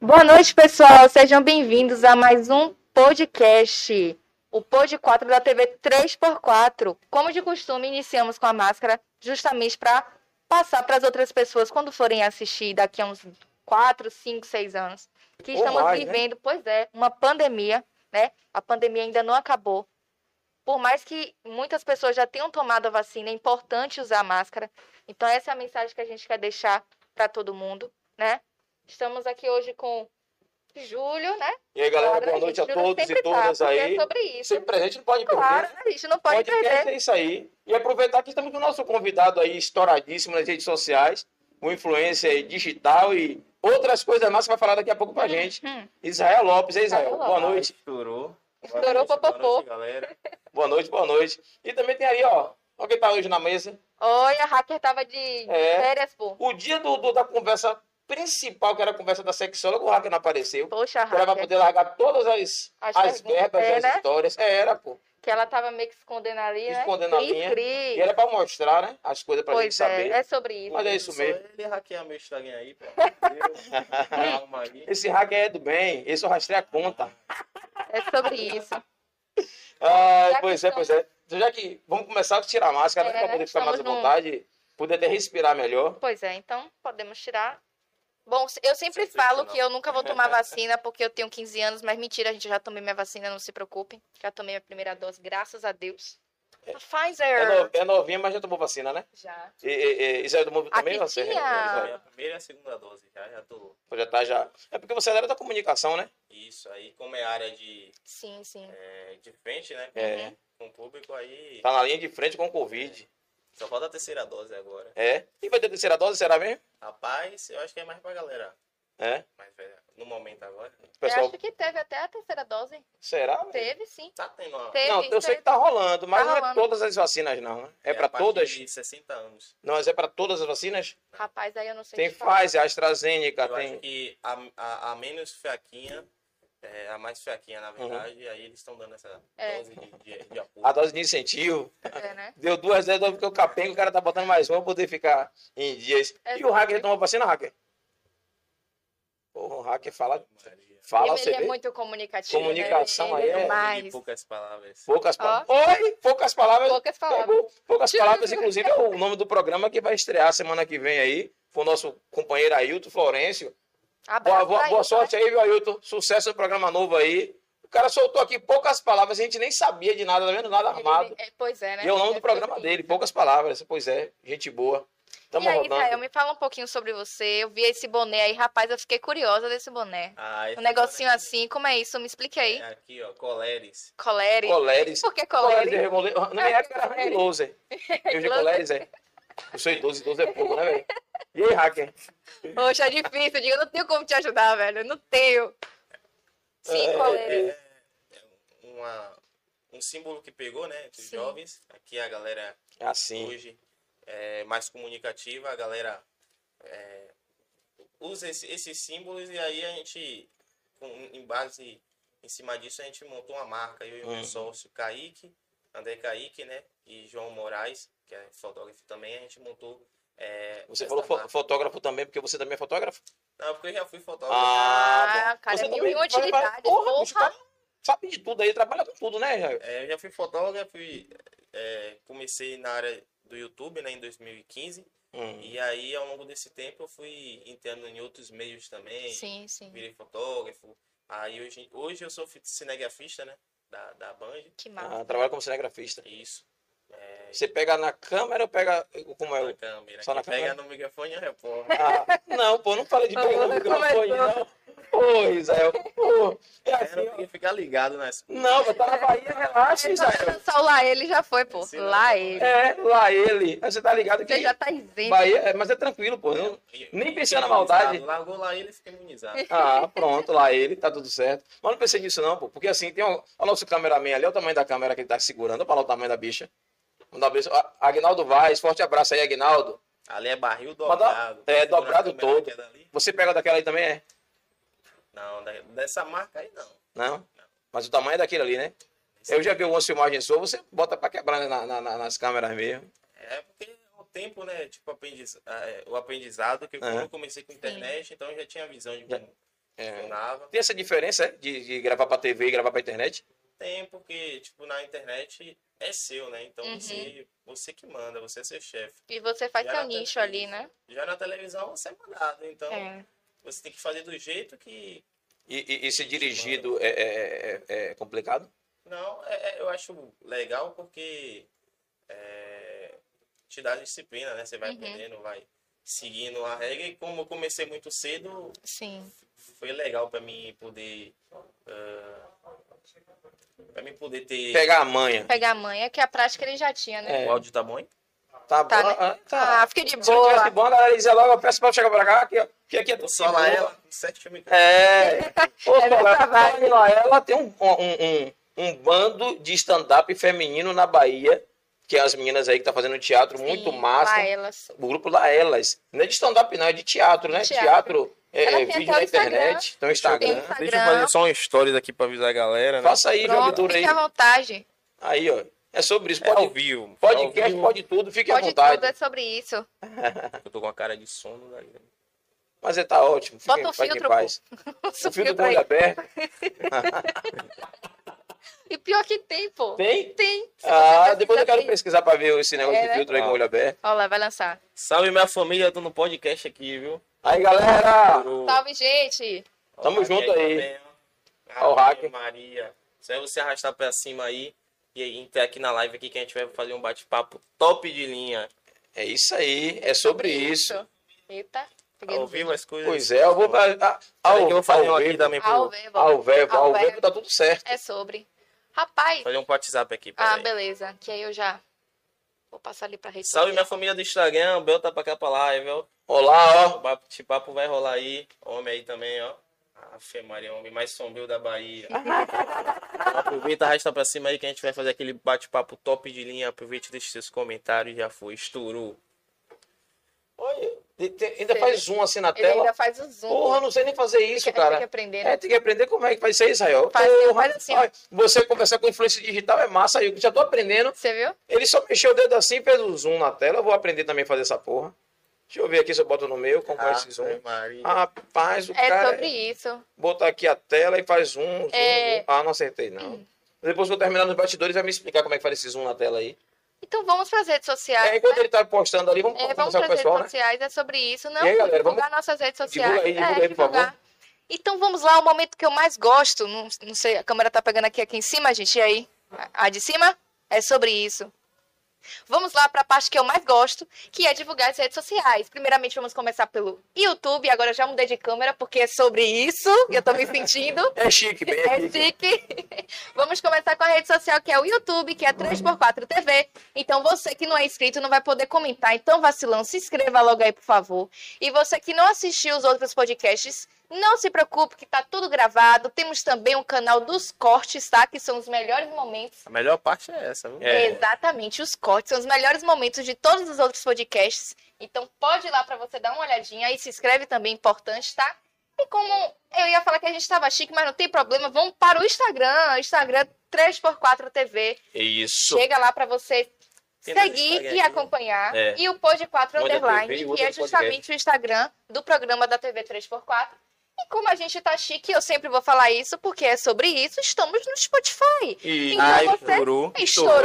Boa noite, pessoal. Sejam bem-vindos a mais um podcast, o Pod 4 da TV 3x4. Como de costume, iniciamos com a máscara justamente para passar para as outras pessoas quando forem assistir daqui a uns 4, 5, 6 anos, que Ou estamos mais, né? vivendo, pois é, uma pandemia, né? A pandemia ainda não acabou. Por mais que muitas pessoas já tenham tomado a vacina, é importante usar máscara. Então essa é a mensagem que a gente quer deixar para todo mundo, né? Estamos aqui hoje com Júlio, né? E aí, galera, Claro, boa né, noite gente? a Júlio todos sempre e todas tá, porque aí. É sobre isso. Sempre a gente não pode Claro, perder. né? a gente não pode perder. é isso aí. E aproveitar que estamos com o nosso convidado aí, estouradíssimo nas redes sociais, um influencer digital e outras coisas mais que vai falar daqui a pouco com a gente. Hum, Israel Lopes, hein, Israel? Israel Boa Lopes. noite. Estourou. Estourou, popopô. galera. Boa noite, boa noite. E também tem aí, ó, olha quem tá hoje na mesa. Olha, a hacker tava de É. férias, pô. O dia do, do- da conversa principal, que era a conversa da sexóloga, o Hacker não apareceu. Poxa, a Ela vai hacker. poder largar todas as, Ah, As as perguntas, verbas, é, as né? histórias. É, era, pô. Que ela tava meio que escondendo ali, né? Escondendo a Cris, linha. Cris. E era pra mostrar, né? As coisas pra gente Pois é, saber. é sobre isso. Mas é isso mesmo. Só Ele hackear meu Instagram aí, pelo amor de Deus. Calma aí. Esse hacker é do bem, esse eu rastrei a conta. É sobre isso. Ah, Já pois que é, pois é. Então, já que vamos começar a tirar a máscara, É, né? Pra né? poder ficar mais à Estamos num- vontade, poder até respirar melhor. Pois é, então podemos tirar. Bom, eu sempre Sempre falo que não. que eu nunca vou tomar vacina porque eu tenho 15 anos, mas mentira, gente, eu já tomei minha vacina, não se preocupem. Já tomei minha primeira dose, graças a Deus. A É, no- Pfizer. é novinha, mas já tomou vacina, né? Já. E, e, e, Israel tomou também Aqui você? tinha. Israel? A primeira e a segunda dose já, já tô. Já tá, já. É porque você era da comunicação, né? Isso aí, como é área de, Sim, sim. é, de frente, né? Com, É. Uhum. com o público aí. Tá na linha de frente com o Covid. Só falta a terceira dose agora. É. E vai ter terceira dose, será mesmo? Rapaz, eu acho que é mais pra galera. É. Mas velho, no momento agora. O Eu pessoal, acho que teve até a terceira dose. será? Teve, sim. Tá tendo uma. Teve, então, Não, eu sei teve. que tá rolando, mas Tá não é rolando. todas as vacinas, não. né? É, a pra partir todas? De 60 anos. Não, mas é pra todas as vacinas? Rapaz, aí eu não sei Tem te falar. Pfizer, AstraZeneca, eu tem. acho que a, a, a menos fraquinha, é, a mais fraquinha, na Uhum. verdade, aí eles estão dando essa É. dose de, de, de apoio. A dose de incentivo. É, né? Deu duas dez, porque eu capengo, o cara tá botando mais uma pra poder ficar em dias. É, e o hacker tomou vacina, hacker? Porra, o hacker fala. Maria. Fala, ele, você ele é vê. muito comunicativo. né? Comunicação Ele aí é- De demais. Um poucas palavras. Poucas palavras. Oi! Poucas palavras. Poucas palavras. Pegou. Poucas palavras, inclusive, é o nome do programa que vai estrear semana que vem aí. Com o nosso companheiro Ailton Florencio. Abraço Boa, boa- pra boa ele, sorte aí, viu, Ailton? Sucesso no programa novo aí. O cara soltou aqui poucas palavras, a gente nem sabia de nada, tá vendo? Nada tá? Ele- armado. é, Pois é, né? E é o nome É do programa sobre dele, poucas palavras. Pois é, gente boa. Tamo e aí, rodando. Israel, me fala um pouquinho sobre você. Eu vi esse boné aí, rapaz, eu fiquei curiosa desse boné. Ah, esse Um negocinho cara assim, como é isso? Me explica aqui, aí. Aqui, ó, coleres. Coleres. Coleres. Por que Coleres coleres? é remoleiro. Na minha época era Rani Loser. Eu de Loser. Coleres é. Eu sou idoso, idoso é pouco, né, velho? E aí, hacker? Poxa, é difícil. Eu digo, eu não tenho como te ajudar, velho. Eu não tenho. Sim, É, coleres. Uma, um símbolo que pegou, né? Dos Sim. jovens. Aqui a galera É assim. hoje é mais comunicativa, a galera é, usa esse- esses símbolos e aí a gente, com, em base, em cima disso, a gente montou uma marca. Eu e o meu Uhum. sócio Kaique, André Kaique, né? E João Moraes, que é fotógrafo também, a gente montou. é, Você essa falou fo- marca. fotógrafo também, porque você também é fotógrafo? Não, porque eu já fui fotógrafo. Ah, Ah, bom. cara, Você mil também e uma trabalha- utilidades, Porra, bicho, porra. cara sabe de tudo aí, trabalha com tudo, né, Jair? É, eu já fui fotógrafo e é, comecei na área do YouTube, né, em 2015. Hum. E aí, ao longo desse tempo, eu fui entrando em outros meios também. Sim, sim. Virei fotógrafo. Aí hoje, hoje eu sou fi- cinegrafista, né? Da, da Band. É Que massa. Ah, trabalha como cinegrafista. Isso. Você pega na câmera ou pega. Como é? Na o- câmera. só na Quem pega câmera? no microfone é repórter. Ah, não, pô, não falei de Vamos pegar no começar. microfone, não. Ô, Israel. Pô, é assim, Era ó. pra ficar ligado nas coisas. Não, mas tá na Bahia, relaxa, Só Israel. só o tá lá ele já foi, pô. Sim, Lá não. ele. É, né? lá ele. Aí Você tá ligado Você que já tá isento. Bahia, é, mas é tranquilo, pô. não- Eu- nem eu pensei na fiquei maldade. imunizado. Largou lá ele, fica imunizado. Ah, pronto, lá ele, tá tudo certo. Mas não pensei nisso não, pô, porque assim, tem um, o nosso cameraman ali, olha o tamanho da câmera que ele tá segurando, olha pra lá o tamanho da bicha. Mandar um beijo. Ah, Agnaldo Vaz, forte abraço aí, Agnaldo. Ali é barril Mas dá- dobrado. é, Segura a dobrado câmera todo. daquela ali. Você pega daquela aí também, é? Não, da- dessa marca aí não. Não? Mas o tamanho é daquilo ali, né? Eu já vi algumas filmagens suas, você bota pra quebrar na- na- na- nas câmeras mesmo. É porque o tempo, né? Tipo, aprendiz... ah, é, o aprendizado, que Aham. quando eu comecei com internet, então eu já tinha a visão de Já- como É. Funcionava. Tem essa diferença é, de, de gravar pra TV e gravar pra internet? Tem, porque, tipo, na internet é seu, né? Então Uhum. você, você que manda, você é seu chefe. E você faz Já seu na é nicho ali, televisão- né? Já na televisão você é mandado, então É. você tem que fazer do jeito que. E, e, e se dirigido é, é, é- é- é complicado? Não, é- é- eu acho legal porque é, te dá disciplina, né? Você vai Uhum. aprendendo, vai seguindo a regra. E como eu comecei muito cedo, Sim. foi legal pra mim poder. para pra mim poder ter. Pegar a manha. Pegar a mãe, é que a prática ele já tinha, né? É. O áudio tá bom, hein? Tá, Tá, bom. né? Ah, tá. Ah, fica de Se não boa. tivesse bom, a galera dizia logo, peço pra chegar pra cá, que, que aqui é Eu tudo sou lá seguro. ela, sete filmes. É. Ô, É Solar, nessa vibe. lá ela tem um, um, um, um bando de stand-up feminino na Bahia, que é as meninas aí que tá fazendo teatro muito Sim, massa. lá elas. O grupo lá elas. Não é de stand-up, não, é de teatro, né? Teatro. Teatro, é, Ela é, tem até vídeo na o Instagram. internet, tem o Instagram. Tem- Deixa eu Instagram. fazer só um stories aqui pra avisar a galera, né? Faça aí, joga Pronto, então- duro aí. fica à vontade. Aí, ó. É sobre isso. É ao Pode, vivo. ao podcast, vivo. pode tudo, fique à Pode vontade. tudo, é sobre isso. Eu tô com a cara de sono. né? Mas é, tá ótimo. Fique, Bota o fique filtro, em paz. pô. O filtro com aí. olho aberto. E pior que tem, pô. Tem? Tem. Se Ah, você depois eu quero pesquisar, pesquisar pra ver esse negócio É, de né? filtro aí com Ah. olho aberto. tem. Ó lá, vai lançar. Salve minha família, eu tô no podcast aqui, viu? Aí, galera! Alô. Salve, gente. Tá. Ó, Tamo Raquel junto aí. também, Ó, ó. o Ave hacker. Maria. Se aí você arrastar pra cima aí e aí entrar aqui na live aqui que a gente vai fazer um bate-papo top de linha. É isso aí, é sobre isso. Eita. peguei no Ao vivo as coisas. Pois é, eu vou. a- a- Peraí Ao, que eu vou fazer um ao aqui vivo, também Ao pro... vivo. né? ao verbo, ao Ao verbo vivo. tá tudo certo. É sobre. Rapaz. Fazer um WhatsApp aqui, Ah, peraí. É. beleza. Que aí eu já vou passar ali pra rede Salve social. minha família do Instagram, o Bel tá pra cá pra live, ó. Olá, O bate-papo vai rolar aí. Homem aí também, ó. Afe Maria, homem mais sombrio da Bahia. Aproveita, arrasta pra cima aí que a gente vai fazer aquele bate-papo top de linha. Aproveita, deixa seus comentários. Já foi, estourou. ó. Olha, te- te- ainda faz zoom assim na Ele ainda tela. faz o zoom. Porra, não sei nem fazer Tem isso, que- Tem que cara. aprender, né? É, tem que aprender como é que faz isso aí, Israel. Faz assim, Porra, faz assim, ó. olha, você conversar com influência digital é massa aí. Eu já tô aprendendo. Você viu? Ele só mexeu o dedo assim, fez o zoom na tela. Eu vou aprender também a fazer essa porra. Deixa eu ver aqui se eu boto no meu, como faz esse zoom. Ave Maria. Rapaz, o Ah, É cara. é sobre isso. botar aqui a tela e faz zoom, zoom, É. zoom. Ah, não acertei, não. Depois que eu terminar nos bastidores, vai me explicar como é que faz esse zoom na tela aí. Então vamos para as redes sociais. É, enquanto ele tá postando ali, vamos É, conversar vamos com para o as redes pessoal, né? sociais, é sobre isso. Não, E aí, galera, divulgar nossas redes sociais. Divulga aí, divulga é, aí, por favor. divulgar. Então vamos lá, o momento que eu mais gosto. Não, não sei, a câmera tá pegando aqui, aqui em cima, gente. E aí? A a de cima? É sobre isso. Vamos lá para a parte que eu mais gosto, que é divulgar as redes sociais. Primeiramente, vamos começar pelo YouTube. Agora eu já mudei de câmera, porque é sobre isso. E eu tô me sentindo. É chique, bem É chique. chique. Vamos começar com a rede social que é o YouTube, que é 3x4 TV. Então você que não é inscrito não vai poder comentar. Então vacilão, se inscreva logo aí, por favor. E você que não assistiu os outros podcasts, não se preocupe que tá tudo gravado. Temos também o canal dos cortes, tá? Que são os melhores momentos. A melhor parte é essa, viu? É. Exatamente, os cortes são os melhores momentos de todos os outros podcasts. Então pode ir lá pra você dar uma olhadinha e se inscreve também, importante, tá? E como eu ia falar que a gente tava chique, mas não tem problema, vamos para o Instagram, Instagram 3x4 TV. É Isso. Chega lá pra você Tem mais seguir Instagram e aqui, né? acompanhar. É. E o Pod 4 Um é da TV e o Underline, que outro é é do justamente o Instagram do programa da TV 3x4. E como a gente tá chique, eu sempre vou falar isso, porque é sobre isso, estamos no Spotify. E... Então Ai, você- estourou. Estourou,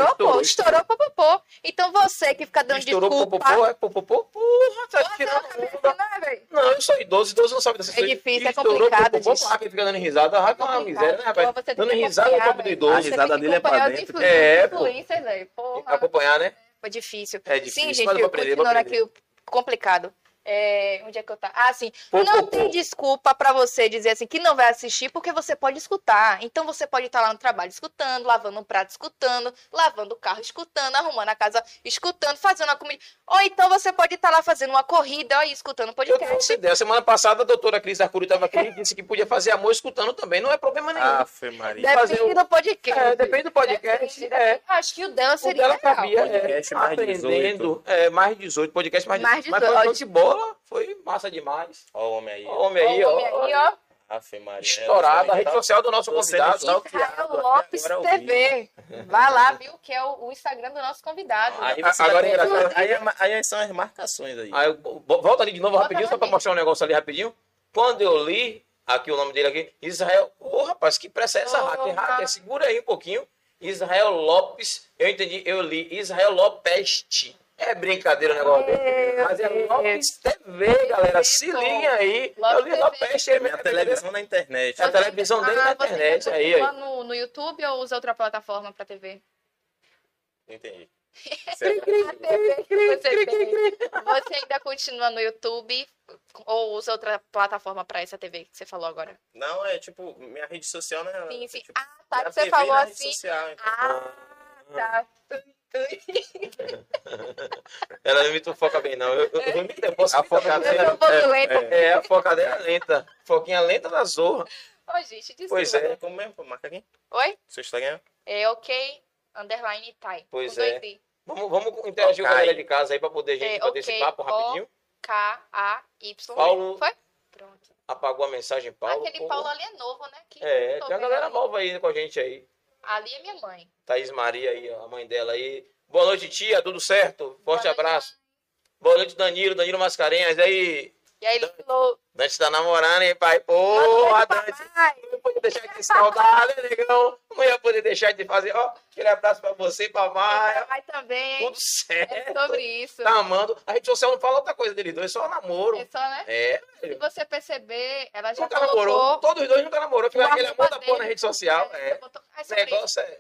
estourou, pô, estourou, pô, pô, pô. Então você que fica dando Estourou desculpa... popopô, é popopô? Porra, tá Porra, não, tirando. cabeça, não, velho. Não, eu sou idoso, idoso não sabe dessa É coisa. difícil, é Estourou complicado, popopô, gente. Ah, quem fica dando risada, ah, é uma Complicado. miséria, né, rapaz? Pô, você tem Dando que risada é acompanhar, copo do velho. A idoso. Você risada tem que dele é pra acompanhar os dentro. influ- É, pô. influencers, velho. Porra, Acompanhar, né? foi difícil. É difícil, Sim, mas gente, eu vou eu aprender, vou continuando aprender. aqui, o complicado. É, onde é que eu tá? Ah, sim. Pô, não pô, tem pô. desculpa pra você dizer assim que não vai assistir, porque você pode escutar. Então você pode estar lá no trabalho escutando, lavando um prato escutando, lavando o carro escutando, arrumando a casa escutando, fazendo a comida. Ou então você pode estar lá fazendo uma corrida ó, e escutando um Eu podcast. tenho essa ideia. Semana passada, a doutora Cris Arcuri estava aqui e disse que podia fazer amor escutando também. Não é problema né? nenhum. Afe Maria. fazer Depende do podcast. É, depende do podcast. Depende, É. depende. Acho que o dela O seria dela legal. cabia é, Podcast mais aprendendo. É, mais 18, podcast mais Mais 18. Mas 18. foi show de bola, foi massa demais. Ó o homem aí. Ó, Homem aí, Ó, o ó. É, homem aí, ó. Afe Maria. Estourado, a Você rede tá- social do nosso Você convidado. tá? não está- Israel Agora é Lopes ao TV. Vai lá, viu? Que é o, o Instagram do nosso convidado. Aí A- você agora vai- é engraçado. Aí, é ma- aí são as marcações aí. Aí, eu- bo- volta ali de novo Volta rapidinho, só ali. para mostrar um negócio ali rapidinho. Quando eu li Aqui o nome dele aqui. Israel. Ô, rapaz, que pressa é essa, Ô, hacker? cara. Hacker, segura aí um pouquinho. Israel Lopes. Eu entendi, eu li. Israel Lopes. É brincadeira o negócio dele. Meu Mas é Deus. Lopes TV, galera. Se liga aí. Eu li Lopes Lopes É TV. minha televisão na internet. É a televisão dele na Ah, você internet. usa Aí, lá aí. No, no YouTube ou usa outra plataforma pra TV? Entendi. A TV que você, tem. você ainda continua no YouTube ou usa outra plataforma pra essa TV que você falou agora? Não, é tipo, minha rede social, né? Sim, sim. Tipo, Ah, tá. é a Que você TV falou na rede assim. social, então. Ah, tá. Ela não me foca bem, não. Eu, eu, eu me depois. A foca Eu sou um pouco lenta. É, a foca dela é lenta. Foquinha lenta da zorra. Ô, gente, desculpa. Pois é. Como mesmo, pô? Marca aqui. Oi? Seu Instagram? É ok, underline Thai. Pois com é. dois I. Vamos, vamos interagir com a Ok. galera de casa aí pra poder gente É, bater esse ok. papo Ó. rapidinho. K-A-Y. Paulo. Foi? Pronto. Apagou a mensagem, Paulo. Aquele Pô, Paulo ali é novo, né? Que É, tô tem uma vendo galera ali. nova aí com a gente aí. Ali é minha mãe. Thaís Maria aí, ó, a mãe dela aí. Boa noite, tia. Tudo certo? Forte noite. abraço. Boa noite, Danilo. Danilo Mascarenhas. E aí, E aí ele falou. Dante tá namorando, hein, pai? "Manda um Porra, beijo pra Dante. papai." Não ia poder deixar de te saudar, né, negão? Não ia poder deixar de fazer. Ó, aquele abraço pra você e pra Maia. Vai também, hein? Tudo certo. É sobre isso. Tá amando. A rede social não fala outra coisa dele, dois, só namoro. É só, né? É, Se velho. você perceber, ela já Nunca colocou... namorou. Todos os dois nunca namorou. Fica o aquele amor arroba da porra na dele. rede social. É, É. botou- é Esse sobre isso. negócio é.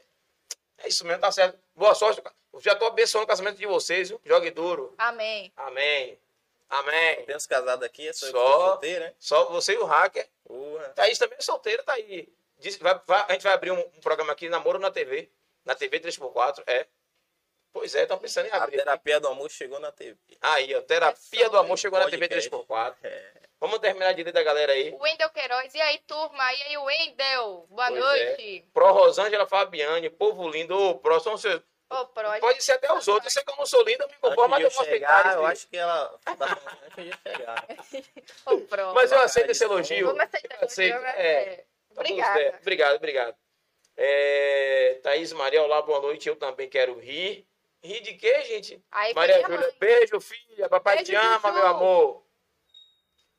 É isso mesmo, tá certo. Boa sorte. Eu Já tô abençoando o casamento de vocês, viu? Jogue duro. Amém. Amém. Amém. Tem uns casados aqui, é só eu que Só. tô solteiro, né? Só você e o hacker. Porra. Thaís também é solteira, tá aí. Diz- vai- vai- a gente vai abrir um, um programa aqui, namoro na TV. Na TV 3x4, é. Pois é, estão pensando em A abrir. terapia do amor chegou na TV. Aí, ó, terapia do amor chegou na TV Podcast. 3x4. É. Vamos terminar de ler da galera aí. Wendel Queiroz. E aí, turma? E aí, Wendel? Boa Pois é. noite. Pro Rosângela Fabiane, povo lindo, ô, Pro, são seus- Ô, Prod. Pode ser até os outros. Eu sei que eu não sou linda, eu me conformo, Antes mas de eu eu vou chegar, aceitar. eu esse- acho que ela tá falando antes de eu chegar. Ô, Prod. Mas eu Cara, aceito esse isso- elogio. Vamos aceitar eu aceito, o jogo, é. né? Tá tudo certo. Obrigada. Obrigado, obrigado. É, Thaís Maria, olá, boa noite. Eu também quero rir. Rir de quê, gente? Aí foi Maria minha Júlia, mãe. beijo, filha. Papai Beijo, te ama, Juju. meu amor.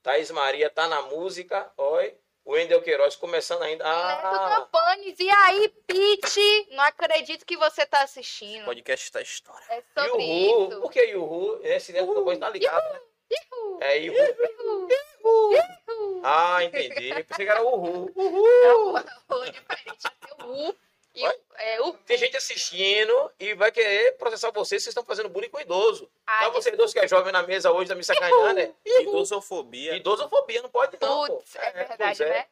Thaís Maria tá na música. Oi. Wendel Queiroz começando ainda. Neto Ah, Campones, e aí, Pete? Não acredito que você tá assistindo. O podcast tá estourado. É sobre Yuhu. Por isso. que Yuhu? Esse Neto Campones tá ligado, né? Uhul, É Yuhu. uhul, uhul. Ah, entendi. Pensei que era Uhu. Não, o- o É um diferente é ter o U e Vai. o- é, o Tem gente assistindo e vai querer processar vocês, vocês estão fazendo bullying com idoso. A Tá de você idoso que é jovem na mesa hoje, tá me sacaneando, né? Idosofobia. Idosofobia, não pode não, tá pô. putz, é pois verdade, é. né?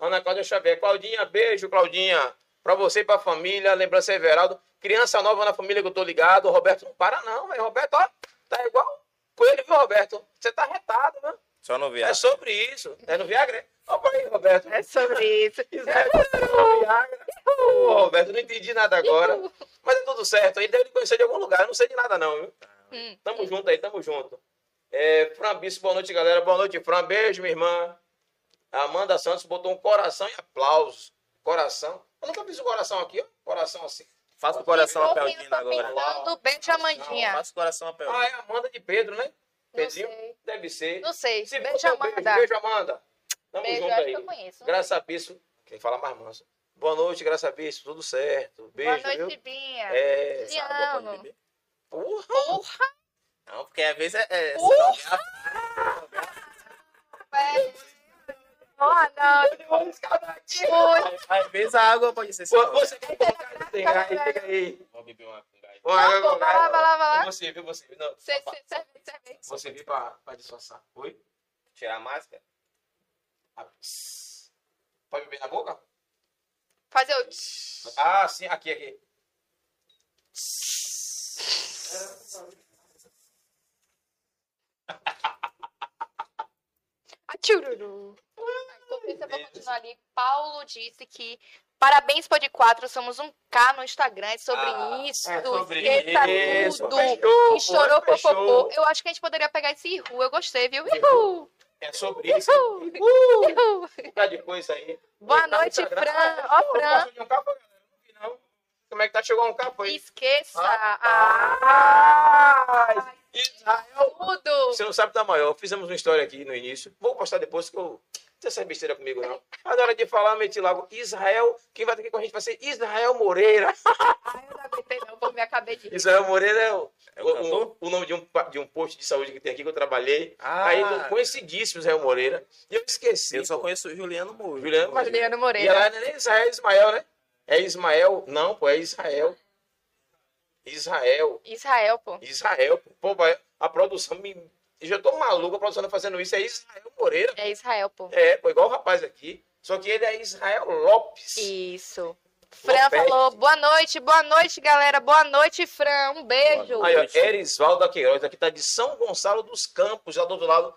Ana Cláudia Xavier. Claudinha, beijo, Claudinha. Pra você e pra família, lembrança Everaldo. Criança nova na família que eu tô ligado. O Roberto não para não, velho. Roberto, ó, tá igual coelho, viu, Roberto? Você tá retado, né? Só no É viado. sobre isso. É no Viagra? é? Opa aí, Roberto. É sobre isso. Isso é sobre Viagra. Ô, Roberto, não entendi nada agora. Uhul. Mas é tudo certo. Ele deve me conhecer de algum lugar. Eu não sei de nada, não, viu? Hum. Tamo junto aí, tamo junto. É, Fran Bispo, boa noite, galera. Boa noite, Fran. Beijo, minha irmã. A Amanda Santos botou um coração e aplausos. Coração. Eu nunca fiz um coração aqui, ó. Coração assim. Faça o coração Tô a Pelvina agora. pensando, beijo a Mandinha. Faça o coração a Ah, é Pelvina. a Amanda de Pedro, né? Não Pedrinho? sei, Deve ser. não sei. Se Beijo for, a então, Amanda. Beijo, Amanda. Tamo Beijo, junto acho que é eu aí. conheço. Graça a Bispo. Quem fala mais manso. Boa noite, Graça a Bispo. Tudo certo. Beijo, Boa noite, viu? Binha. É. Te Água pode amo. beber? Porra. Porra, Não, porque às vezes é. é Porra! se drogar, velho. Oh, não. Eu vou arriscar daqui. Às vezes a água pode ser. se Pô, drogar. Você quer colocar isso aí? Pega aí. Vou beber uma pinga aí. Uma água pô, com vai lá, gás. vai lá, vai lá. Você viu, você viu. Não, Você você- serve, serve. Você veio pra, pra disfarçar. Oi? Tirar a máscara. Ah, pss. Pode beber na boca? Fazer o... Ah, sim, aqui, aqui. Atchururu. Eu vou continuar ali. Paulo disse que parabéns, Pod 4, somos um K no Instagram, é sobre Ah, isso. é sobre esqueça isso. tudo. Fechou, pô, E chorou, fechou. popopô. Eu acho que a gente poderia pegar esse Ihu, eu gostei, viu? Ihu, É sobre isso. Ihu, Ihu. Tá depois isso aí. Boa Tá no noite, Instagram. Fran. Ó, Pô, Fran, passou de um carro, galera. Não vi, não. Como é que tá? Chegou um carro aí. esqueça tá. a... Ah, Israel. tudo. Você não sabe da maior. Fizemos uma história aqui no início. Vou postar depois que eu tem essa besteira comigo, não. Mas na hora de falar, eu meti logo Israel. Quem vai estar aqui com a gente vai ser Israel Moreira. Ah, eu não aguentei, não, porque me acabei de rir. Israel Moreira é o, É o- o cantor? o- o nome de um, pa- de um posto de saúde que tem aqui que eu trabalhei. Ah. Aí eu conhecidíssimo Israel Moreira. E eu esqueci. Eu só pô. conheço o Juliano Moura. Juliano, mas- Juliano E Moreira. ela não é nem Israel, é Ismael, né? É Ismael? Não, pô, é Israel. Israel. Israel, pô. Israel. Pô, vai- a produção me. Eu já tô maluco, a produção tá fazendo isso. É Israel Moreira. É Israel, pô. É, pô, igual o rapaz aqui. Só que ele é Israel Lopes. Isso. Fran Lopete. falou, boa noite, boa noite, galera. Boa noite, Fran. Um beijo. Aí, ó, Erisvaldo Aqueiroz, aqui tá de São Gonçalo dos Campos, lá do outro lado.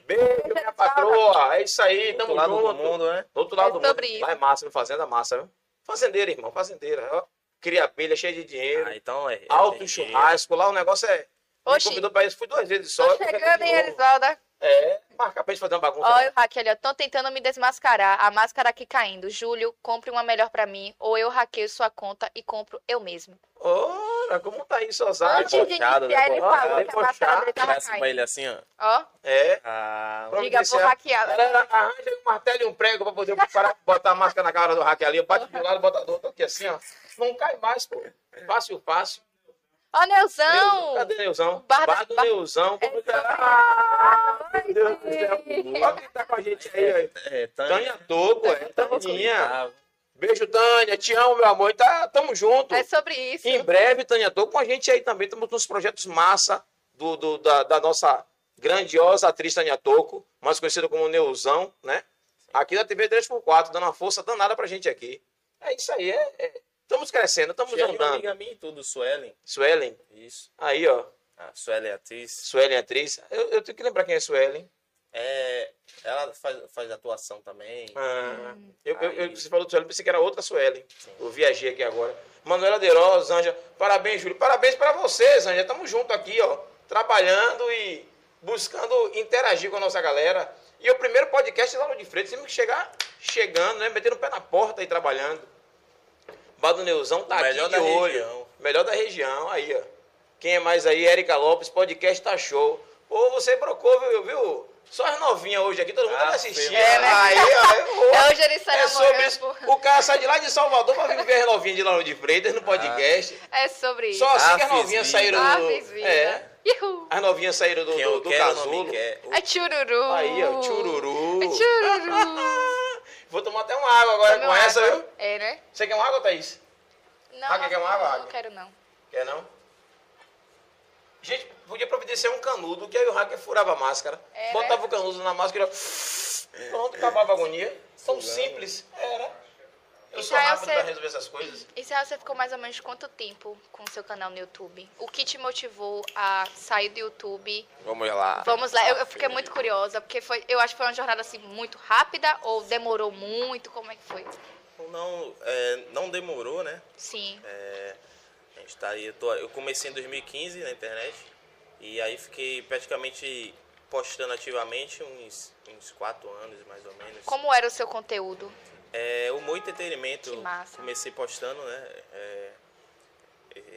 Beijo, minha patroa. É isso aí, Do tamo outro lado do junto. mundo, né? Do outro lado É do mundo. sobre isso. Lá é massa, viu? fazenda massa, viu? Fazendeira, irmão, fazendeira. Ó, cria abelha, cheia de dinheiro. Ah, então é. Alto é- churrasco, lá o negócio é. Me Oxi. convidou pra isso, fui duas vezes só. Tô eu quero chegando, de hein, novo. Erisvalda. É, marcar pra gente fazer uma bagunça. Olha o Raquel, ó. Estão tentando me desmascarar. A máscara aqui caindo. Júlio, compre uma melhor pra mim, ou eu hackeio sua conta e compro eu mesmo. Ora, como tá isso, Osasco? Antes de iniciar, debochado, ele falou debochado, que a máscara dele tava Graças pra Tá caindo. ele assim, ó. Ó, É. Ah, Pra diga, onde vou você- hackear. Galera, arranja um martelo e um prego pra poder parar, botar a máscara na cara do Raquel ali. Eu bato de um lado, bota do outro aqui assim, ó. Não cai mais, pô. Fácil, fácil. Ó, Neuzão, Neuzão. Cadê Neuzão? Bar- Bar, do bar- Neuzão. É, Como que era? Ah, meu Deus do céu. Olha quem tá com a gente aí, ó. é, Tânia Toco, é. Taninha. Tânia. tá. Beijo, Tânia. Te amo, meu amor. E Tá, tamo junto. É sobre isso. Em breve, Tânia, tô com a gente aí também. Estamos nos projetos massa do, do- da, da nossa grandiosa atriz Tânia Toco, mais conhecida como Neuzão, né? Aqui da TV 3x4, dando uma força danada pra gente aqui. É isso aí, é. é. Estamos crescendo, estamos Tinha uma andando. é amiga minha e tudo, Suelen. Suelen, Isso. aí, ó. Ah, Suelen é atriz. Suelen, atriz. Eu, eu tenho que lembrar quem é Suelen. É, ela faz, faz atuação também. Ah, eu, eu- eu- Aí. você falou do Suelen, pensei que era outra Suelen. Eu viajei aqui agora. Manuela Derosa, Zanja, parabéns, Júlio. Parabéns pra você, Zanja. Tamo junto aqui, ó. Trabalhando e buscando interagir com a nossa galera. E é o primeiro podcast lá no de frente, temos que chegar chegando, né? Metendo o pé na porta e trabalhando. Bado Neuzão tá O melhor aqui de da olho. região. Melhor da região, aí, ó. Quem é mais aí? Érica Lopes, podcast tá show. Ô, você brocou, viu? viu? Só as novinhas hoje aqui, todo mundo Ah, tá assistindo. é, né? Aí, ó, é boa. É hoje ele sai É sobre namorando, isso. pô. O cara sai de lá de Salvador pra vir ver as novinhas de Lauro de Freitas no podcast. É sobre isso. Só assim que as Ah, fiz novinhas vida. saíram Ah, do. fez vida. É. Ihu. As novinhas saíram do, Quem do, eu do quero não casulo. me quer. O- É chururu. Aí, ó, tchururu. Oh. Ah, É tchururu. Vou tomar até uma água agora Tome com uma essa, água. viu? É, né? Você quer uma água, Thaís? Não, Ah, quer que eu uma água? não quero não. Quer não? Gente, podia providenciar um canudo, que aí o hacker furava a máscara. É, né? botava o canudo na máscara e pronto, acabava a agonia. Tão simples. Era. Eu sou Israel, rápido você- pra resolver essas coisas. Israel, você ficou mais ou menos quanto tempo com o seu canal no YouTube? O que te motivou a sair do YouTube? Vamos lá. Vamos lá, eu, eu fiquei muito curiosa, porque foi, eu acho que foi uma jornada assim muito rápida ou demorou muito? Como é que foi? Não, é, não demorou, né? Sim. A gente tá aí, eu, tô- eu comecei em 2015 na internet e aí fiquei praticamente postando ativamente uns, uns quatro anos mais ou menos. Como era o seu conteúdo? É, o meu entretenimento, Que massa. comecei postando, né? é,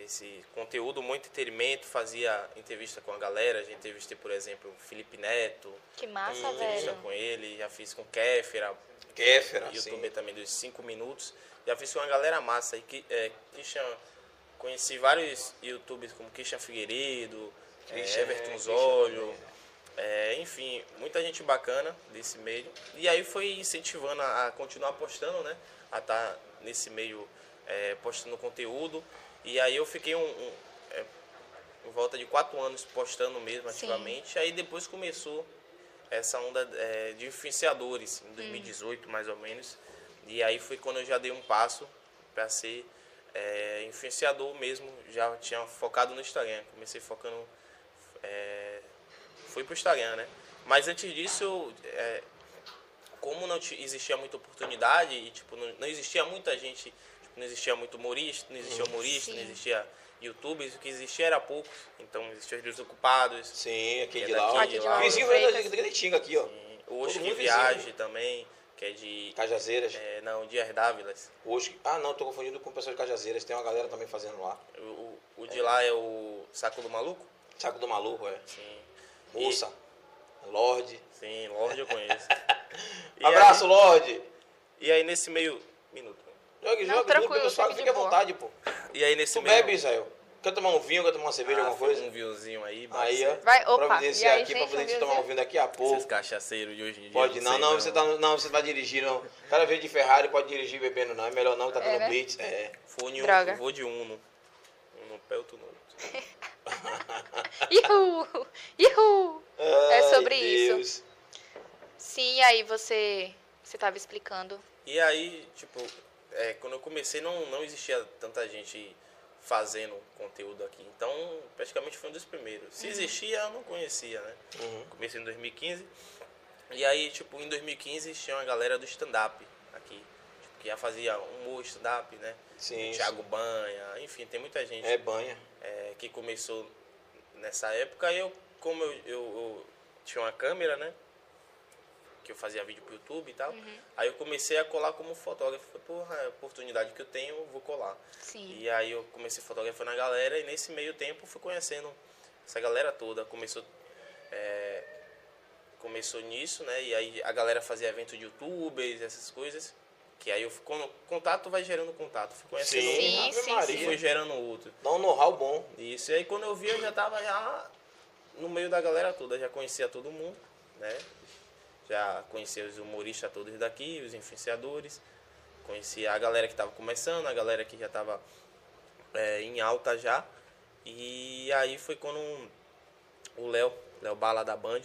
esse conteúdo, muito entretenimento, fazia entrevista com a galera, já entrevistei, por exemplo, o Felipe Neto, Que massa, entrevista velho. com ele, já fiz com o Kéfera, Kéfera, YouTube também dos 5 minutos. Já fiz com uma galera massa aí, que é, Christian, conheci vários YouTubers como Christian Figueiredo, é, Christian, é, Everton Christian Zólio, é, enfim, muita gente bacana desse meio. E aí foi incentivando a, a continuar postando, né? A estar nesse meio é, postando conteúdo. E aí eu fiquei um, um, é, em volta de quatro anos postando mesmo Sim. ativamente. Aí depois começou essa onda é, de influenciadores, em 2018 mais ou menos. E aí foi quando eu já dei um passo para ser é, influenciador mesmo. Já tinha focado no Instagram, comecei focando. É, fui pro Instagram, né? Mas antes disso, eu, é, como não ti- existia muita oportunidade e tipo não, não existia muita gente tipo, não existia muito humorista não existia humorista não Sim. existia youtubers o que existia era pouco então existiam os desocupados Sim, aqui É de daqui, lá. Aqui de Lauro. Vizinho Freitas. da Gretinga aqui, ó. o Todo Oxe que mundo né? viaje vizinho. também que é de Cajazeiras. é, não Dias Dávilas Hoje. Ah, não, tô confundindo com o pessoal de Cajazeiras. Tem uma galera também fazendo lá. o, o, o de lá é o saco do maluco Saco do maluco, é. sim E- Moça. Lorde. sim Lorde eu conheço E Abraço, Lorde. Aí, e aí nesse meio. Minuto. Jogue, Não, jogue, tranquilo, tranquilo, fique fique de à boa. vontade, pô. E aí nesse Tu meio. bebe, Israel? Quer tomar um vinho, quer tomar uma cerveja, Assim Ah, alguma coisa? Um vinhozinho aí, Aí, ó. Vai, opa, Providenciar e aí, aqui gente, pra poder um gente tomar um vinhozinho? vinho daqui a pouco. Esses cachaceiros de hoje em dia. Pode não, sei não, você tá, não, você vai dirigir, não. O cara veio de Ferrari, pode dirigir bebendo, não. É melhor não, tá É, dando né? blitz. É. Vou de, Droga. Uno, vou de um, Uno. Uno pé, outro não. Ihu! Ihu! É Ai, sobre isso. Deus. Sim, e aí você você tava explicando. E aí, tipo, é, quando eu comecei não, não existia tanta gente fazendo conteúdo aqui. Então, praticamente foi um dos primeiros. Se existia, eu não conhecia, né? Uhum. Comecei em 2015. E aí, tipo, em 2015 tinha uma galera do stand-up aqui. Tipo, que já fazia humor stand-up, né? Sim. Thiago Banha, enfim, tem muita gente É banha. é, que começou nessa época. Eu, como eu, eu- eu tinha uma câmera, né? Que eu fazia vídeo pro YouTube e tal. Aí eu comecei a colar como fotógrafo. Falei, Porra, é a oportunidade que eu tenho, eu vou colar. Sim. E aí eu comecei fotografando a galera e nesse meio tempo fui conhecendo essa galera toda. Começou, é, começou nisso, né? E aí a galera fazia evento de youtubers, essas coisas. Que aí eu fui, quando contato vai gerando contato. Fui conhecendo Sim, Ave sim, um e Maria. fui gerando outro. Dá um know-how bom. Isso, e aí quando eu vi eu já tava já no meio da galera toda, já conhecia todo mundo, né? Já conhecia os humoristas todos daqui, os influenciadores, conhecia a galera que tava começando, a galera que já tava é, em alta já. E aí foi quando um- o Léo, Léo Bala da Band,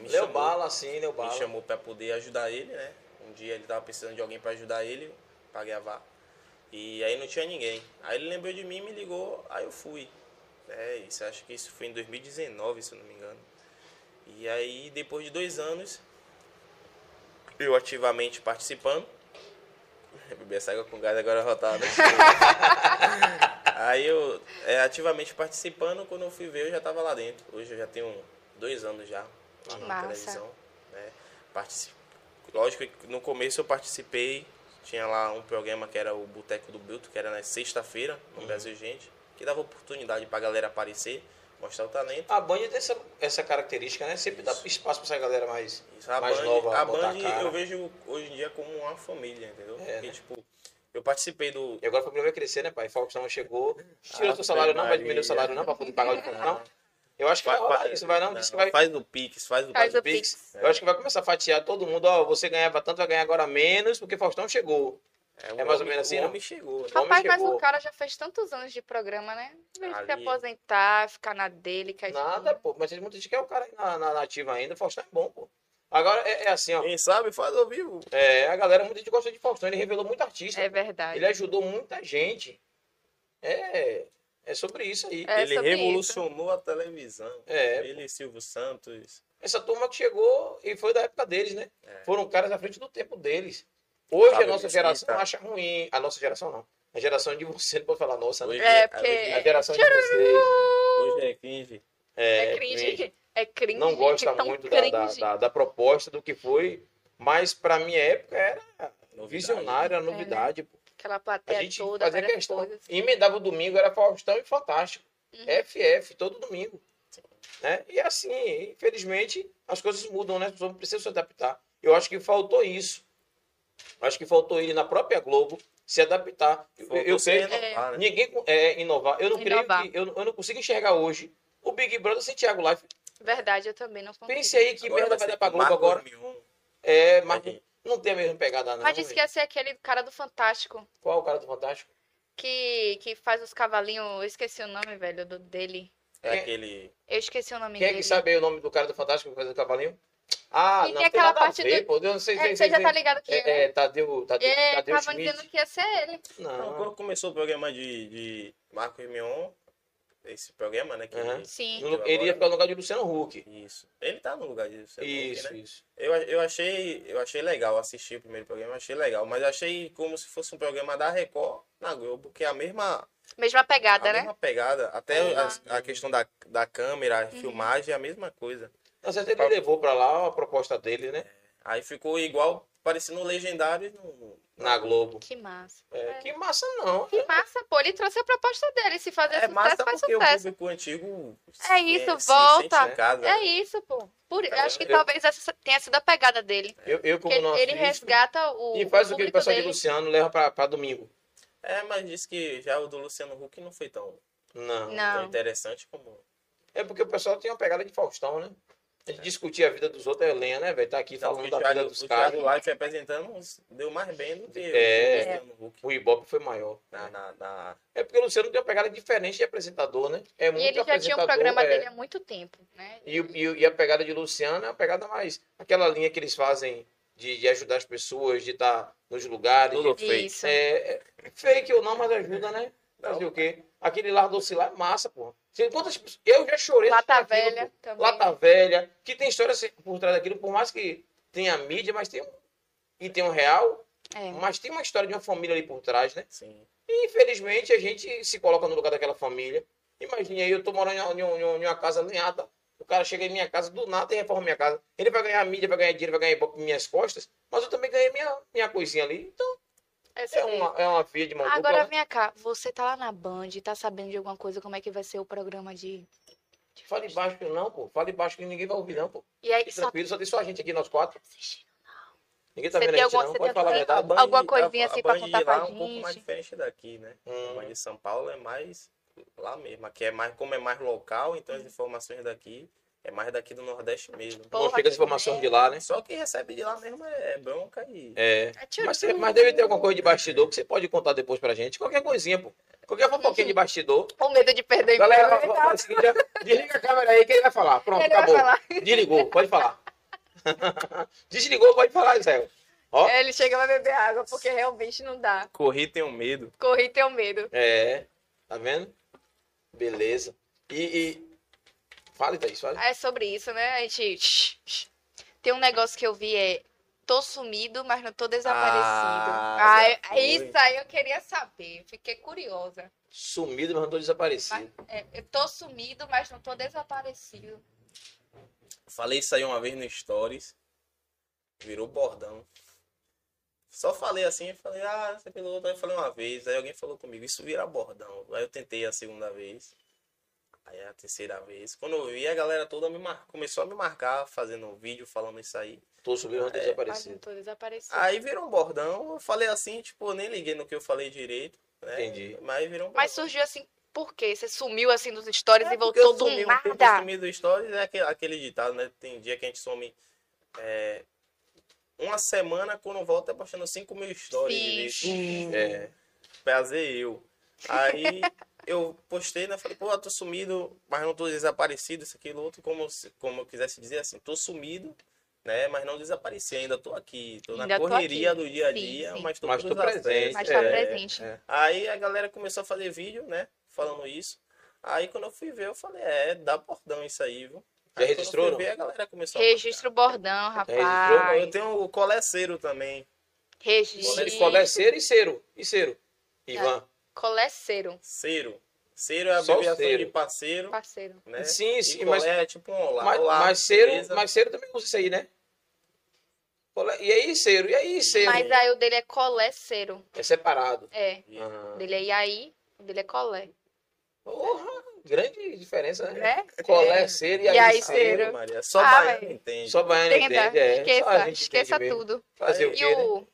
me Leu chamou bala, sim, leu me bala. chamou pra poder ajudar ele, né? Um dia ele tava precisando de alguém pra ajudar ele pra gravar. E aí não tinha ninguém. Aí ele lembrou de mim, me ligou, aí eu fui. É isso, acho que isso foi em 2019, se eu não me engano. E aí depois de dois anos, eu ativamente participando. Bebi essa água com gás agora rotada. aí eu é, ativamente participando, quando eu fui ver eu já tava lá dentro. Hoje eu já tenho dois anos já lá na Massa. televisão. Né? Partici- Lógico que no começo eu participei, tinha lá um programa que era o Boteco do Bilto, que era na sexta-feira, no Brasil Gente, que dava oportunidade pra galera aparecer, mostrar o talento. A banha tem essa, essa característica, né? Sempre dá Isso. espaço pra essa galera mais, Isso, a mais Band, nova. a botar Band cara. eu vejo hoje em dia como uma família, entendeu? É, Porque, né? tipo, eu participei do. E agora o problema vai crescer, né, pai? Faustão chegou. Tira Ah, o teu salário, não vai Maria. diminuir o salário, não, pra poder pagar o de confusão. Eu acho que vai rolar isso, vai não? Diz que vai. Faz do Pix, faz do Faz Pix. o Pix. Eu acho que vai começar a fatiar todo mundo. Ó, você ganhava tanto, vai ganhar agora menos, porque Faustão chegou. É, o mais ou homem- menos assim, O não? homem chegou. né? homem Rapaz, mas chegou. o cara já fez tantos anos de programa, né? Em vez de se Ali. aposentar, ficar na dele, que aí- Nada, pô. Mas tem muita gente que é o cara aí na, na, na ativa ainda. Faustão é bom, pô. Agora é, é assim, ó. Quem sabe faz ao vivo. É, a galera, muita gente gosta de Faustão. Ele revelou muito artista. É verdade. Ele ajudou muita gente. É, é sobre isso aí. É Ele sobre isso. revolucionou a televisão. É, Ele, Silvio Santos. essa turma que chegou e foi da época deles, né? É. Foram caras à frente do tempo deles. Hoje Fábio a nossa Mesquita. geração acha ruim. A nossa geração não. A geração de você, não pode falar nossa, né? Hoje É, é, porque- A hoje geração de vocês. é, hoje é cringe. É É, cringe. cringe. É cringe. Não gosta tão muito da, cringe. da, da- da proposta do que foi, mas pra minha época era Novidade. visionária, era novidade. pô. Aquela A plateia gente toda, fazia É várias questão. coisas. E emendava o domingo, era Faustão e Fantástico. FF, todo domingo. Né? E assim, infelizmente, as coisas mudam, né? As pessoas precisam se adaptar. Eu acho que faltou isso. Acho que faltou ele na própria Globo se adaptar. Eu- Faltou eu se creio renovar, né? Ninguém é, inovar. Eu não Inovar. creio que. Eu, não- eu não consigo enxergar hoje o Big Brother sem Thiago Life. Verdade, eu também não consigo. Pense aí que Agora merda ser vai dar pra com Globo Marcos agora. Mion. É, mas Vai. não tem a mesma pegada, não. Mas disse que assim, né, velho. ia ser aquele cara do Fantástico Qual é o cara do Fantástico? que, que faz os cavalinhos. Eu esqueci o nome, velho, do dele. É Quem- aquele. Eu esqueci o nome Quem é dele. que sabe aí o nome do cara do Fantástico que faz o cavalinho? Ah, E não, tem tem aquela nada a parte ver, do- pô. Eu não sei, É, sei, você sei, já sei. tá ligado que É, é, Tadeu, Tadeu, É, Tadeu estavam Schmidt. dizendo que ia ser ele. Então, Não, quando começou o programa de, de Marcos Mion, esse programa, né? Que Aham. Sim. No lu- ele ia ficar no lugar de Luciano Huck. Isso. Ele tá no lugar disso. é porque, Isso, né? isso. Eu, eu achei, eu achei legal assistir o primeiro programa, achei legal, mas achei como se fosse um programa da Record na Globo, que é a mesma, Mesma pegada, a né? é mesma pegada, até a, a questão da, da câmera, a Uhum. filmagem é a mesma coisa. É. Na certeza ele levou pra lá a proposta dele, né? Aí ficou igual aparecendo no Legendário e no- no- na Globo. Que massa. É, que massa não. é. Que massa, pô. Ele trouxe a proposta dele. Se fazer É sucesso, massa faz porque o sucesso. público antigo É isso, se volta. sente em casa. É isso, pô. Por... eu acho que É, Eu- talvez essa tenha sido a pegada dele. Eu, eu como Porque ele, não ele assisto, resgata o. E faz o que o público pessoal de dele. Luciano leva pra, pra domingo. É, mas diz que já o do Luciano Huck não foi tão, Não. Não. tão É interessante como. É porque o pessoal tem uma pegada de Faustão, né? A gente discutir a vida dos outros é lenha, né, velho? Tá aqui É. Não, falando o da vida Thiago, dos o caras. Thiago Life apresentando uns- deu mais bem do que É. o Luciano Huck O Ibope foi maior. na, na, na- É porque o Luciano tem uma pegada diferente de apresentador, né? É muito E ele já tinha o apresentador, programa é. dele há muito tempo, né? E, o- e o- e a pegada de Luciano é uma pegada mais. Aquela linha que eles fazem de, de ajudar as pessoas, de estar nos lugares. Tudo de- fake. Isso. É, é, fake ou não, mas ajuda, né? Fazer o quê? Aquele Lar Docilar é massa, porra. Você- quantas pessoas- Eu já chorei Lata assistindo aquilo, Velha pô. também. Lata Velha, que tem história assim por trás daquilo, por mais que tenha mídia, mas tem um. E tem um real, É. mas tem uma história de uma família ali por trás, né? Sim. E, infelizmente, a gente se coloca no lugar daquela família. Imagine aí, eu tô morando em uma, em uma- em uma casa alinhada. O cara chega em minha casa do nada e reforma minha casa. Ele vai ganhar mídia, vai ganhar dinheiro, vai ganhar ibope em minhas costas, mas eu também ganhei minha, minha coisinha ali. Então, É é sobre isso. uma, é uma via de mão dupla, Agora né? vem cá, você tá lá na Band e tá sabendo de alguma coisa, como é que vai ser o programa de. de Fale festa? baixo não, pô. Fale baixo que ninguém vai ouvir, não, pô. E aí, Fique só tranquilo, só tem só a gente aqui, nós quatro. assistindo. Ninguém tá Você vendo tem a gente, alguma- não. você Pode tem falar a alguma- verdade. Band- É, Alguma coisinha a- a assim pra Band contar lá pra é um pouco mais gente. diferente daqui, né? Hum. A Band de São Paulo é mais lá mesmo. Aqui é mais, como é mais local, então Hum. as informações daqui é mais daqui do Nordeste mesmo. Pô. Não chega as informações de lá, né? Só quem recebe de lá mesmo é bronca e. É. É Mas, tem- mas deve ter alguma coisa de bastidor que você pode contar depois pra gente. Qualquer coisinha, pô. Qualquer fofoquinha de bastidor. O medo de perder o Galera, emprego. vamos- tá? vamos- vamos- seguinte, ó. tá desliga a câmera aí que ele vai falar. Pronto, Ele vai acabou. falar. Desligou, pode falar. Desligou, pode falar, Israel. Ó, É, Ele chega vai beber água, porque realmente não dá. Corri tenho um medo. Corri teu medo. é. Tá vendo? Beleza. E. e... Fale, Thaís, fale. É sobre isso, né? A gente. Tem um negócio que eu vi é. Tô sumido, mas não tô desaparecido. Ah, Ai, já foi. isso aí eu queria saber. Fiquei curiosa. Sumido, mas não tô desaparecido. É, eu tô sumido, mas não tô desaparecido. Falei isso aí uma vez no Stories. Virou bordão. Só falei assim, falei, ah, você piloto. Aí eu falei uma vez, aí alguém falou comigo, isso vira bordão. Aí eu tentei a segunda vez. Aí a terceira vez. Quando eu vi, a galera toda me mar... começou a me marcar, fazendo um vídeo, falando isso aí. Tô sumido, É, mas não tô Mas não desaparecido. tô desaparecido. Aí virou um bordão. Eu falei assim, tipo, eu nem liguei no que eu falei direito. né? Entendi. Mas virou um Mas bordão. surgiu assim, por quê? Você sumiu assim dos stories É, e porque eu voltou do sumi, o tempo um nada. sumido do Stories é aquele, aquele ditado, né? Tem dia que a gente some é, uma semana, quando volta, é postando 5 mil stories. né? Sim. direito. É. Prazer eu. Aí eu postei, né? Falei, pô, eu tô sumido, mas não tô desaparecido, isso, aquilo, outro, como, se- como eu quisesse dizer assim, tô sumido. Né? Mas não desapareci, ainda tô aqui, tô na Ainda tô correria aqui. do dia a Sim, dia, sim. mas tô, Mas com tô os acessos, presente, Mas tá É, presente. é. Aí a galera começou a fazer vídeo, né? Falando isso. Aí quando eu fui ver, eu falei, é, dá bordão isso aí, viu? Já Aí, quando registrou, eu não? fui ver, a galera começou a Registra o bordão, marcar. rapaz. É, Eu tenho o coleceiro também. Ele Registra. cobra cero e cero. E cero. É, Ivan. Coleceiro, Cero. Cero é a Só o abreviação cero. de parceiro, parceiro. né? Sim, E sim, colé mas. é tipo um olá. Mas, olá, mas Cero, beleza? mas Cero também usa isso aí, né? Cole- E aí, Cero? E aí, Cero? né? Mas aí o dele é coleceiro. É separado. É. O Ah. dele é Iaí, o dele é colé. Porra, grande diferença, né? Né? Colé, Cero e, E aí, aí, Cero. Cero. Maria, só Ah, baiano mas- entende. Só baiano Tenta, entende, é. Só a esqueça, gente esqueça entende mesmo. tudo. Fazer o E quê, né? o.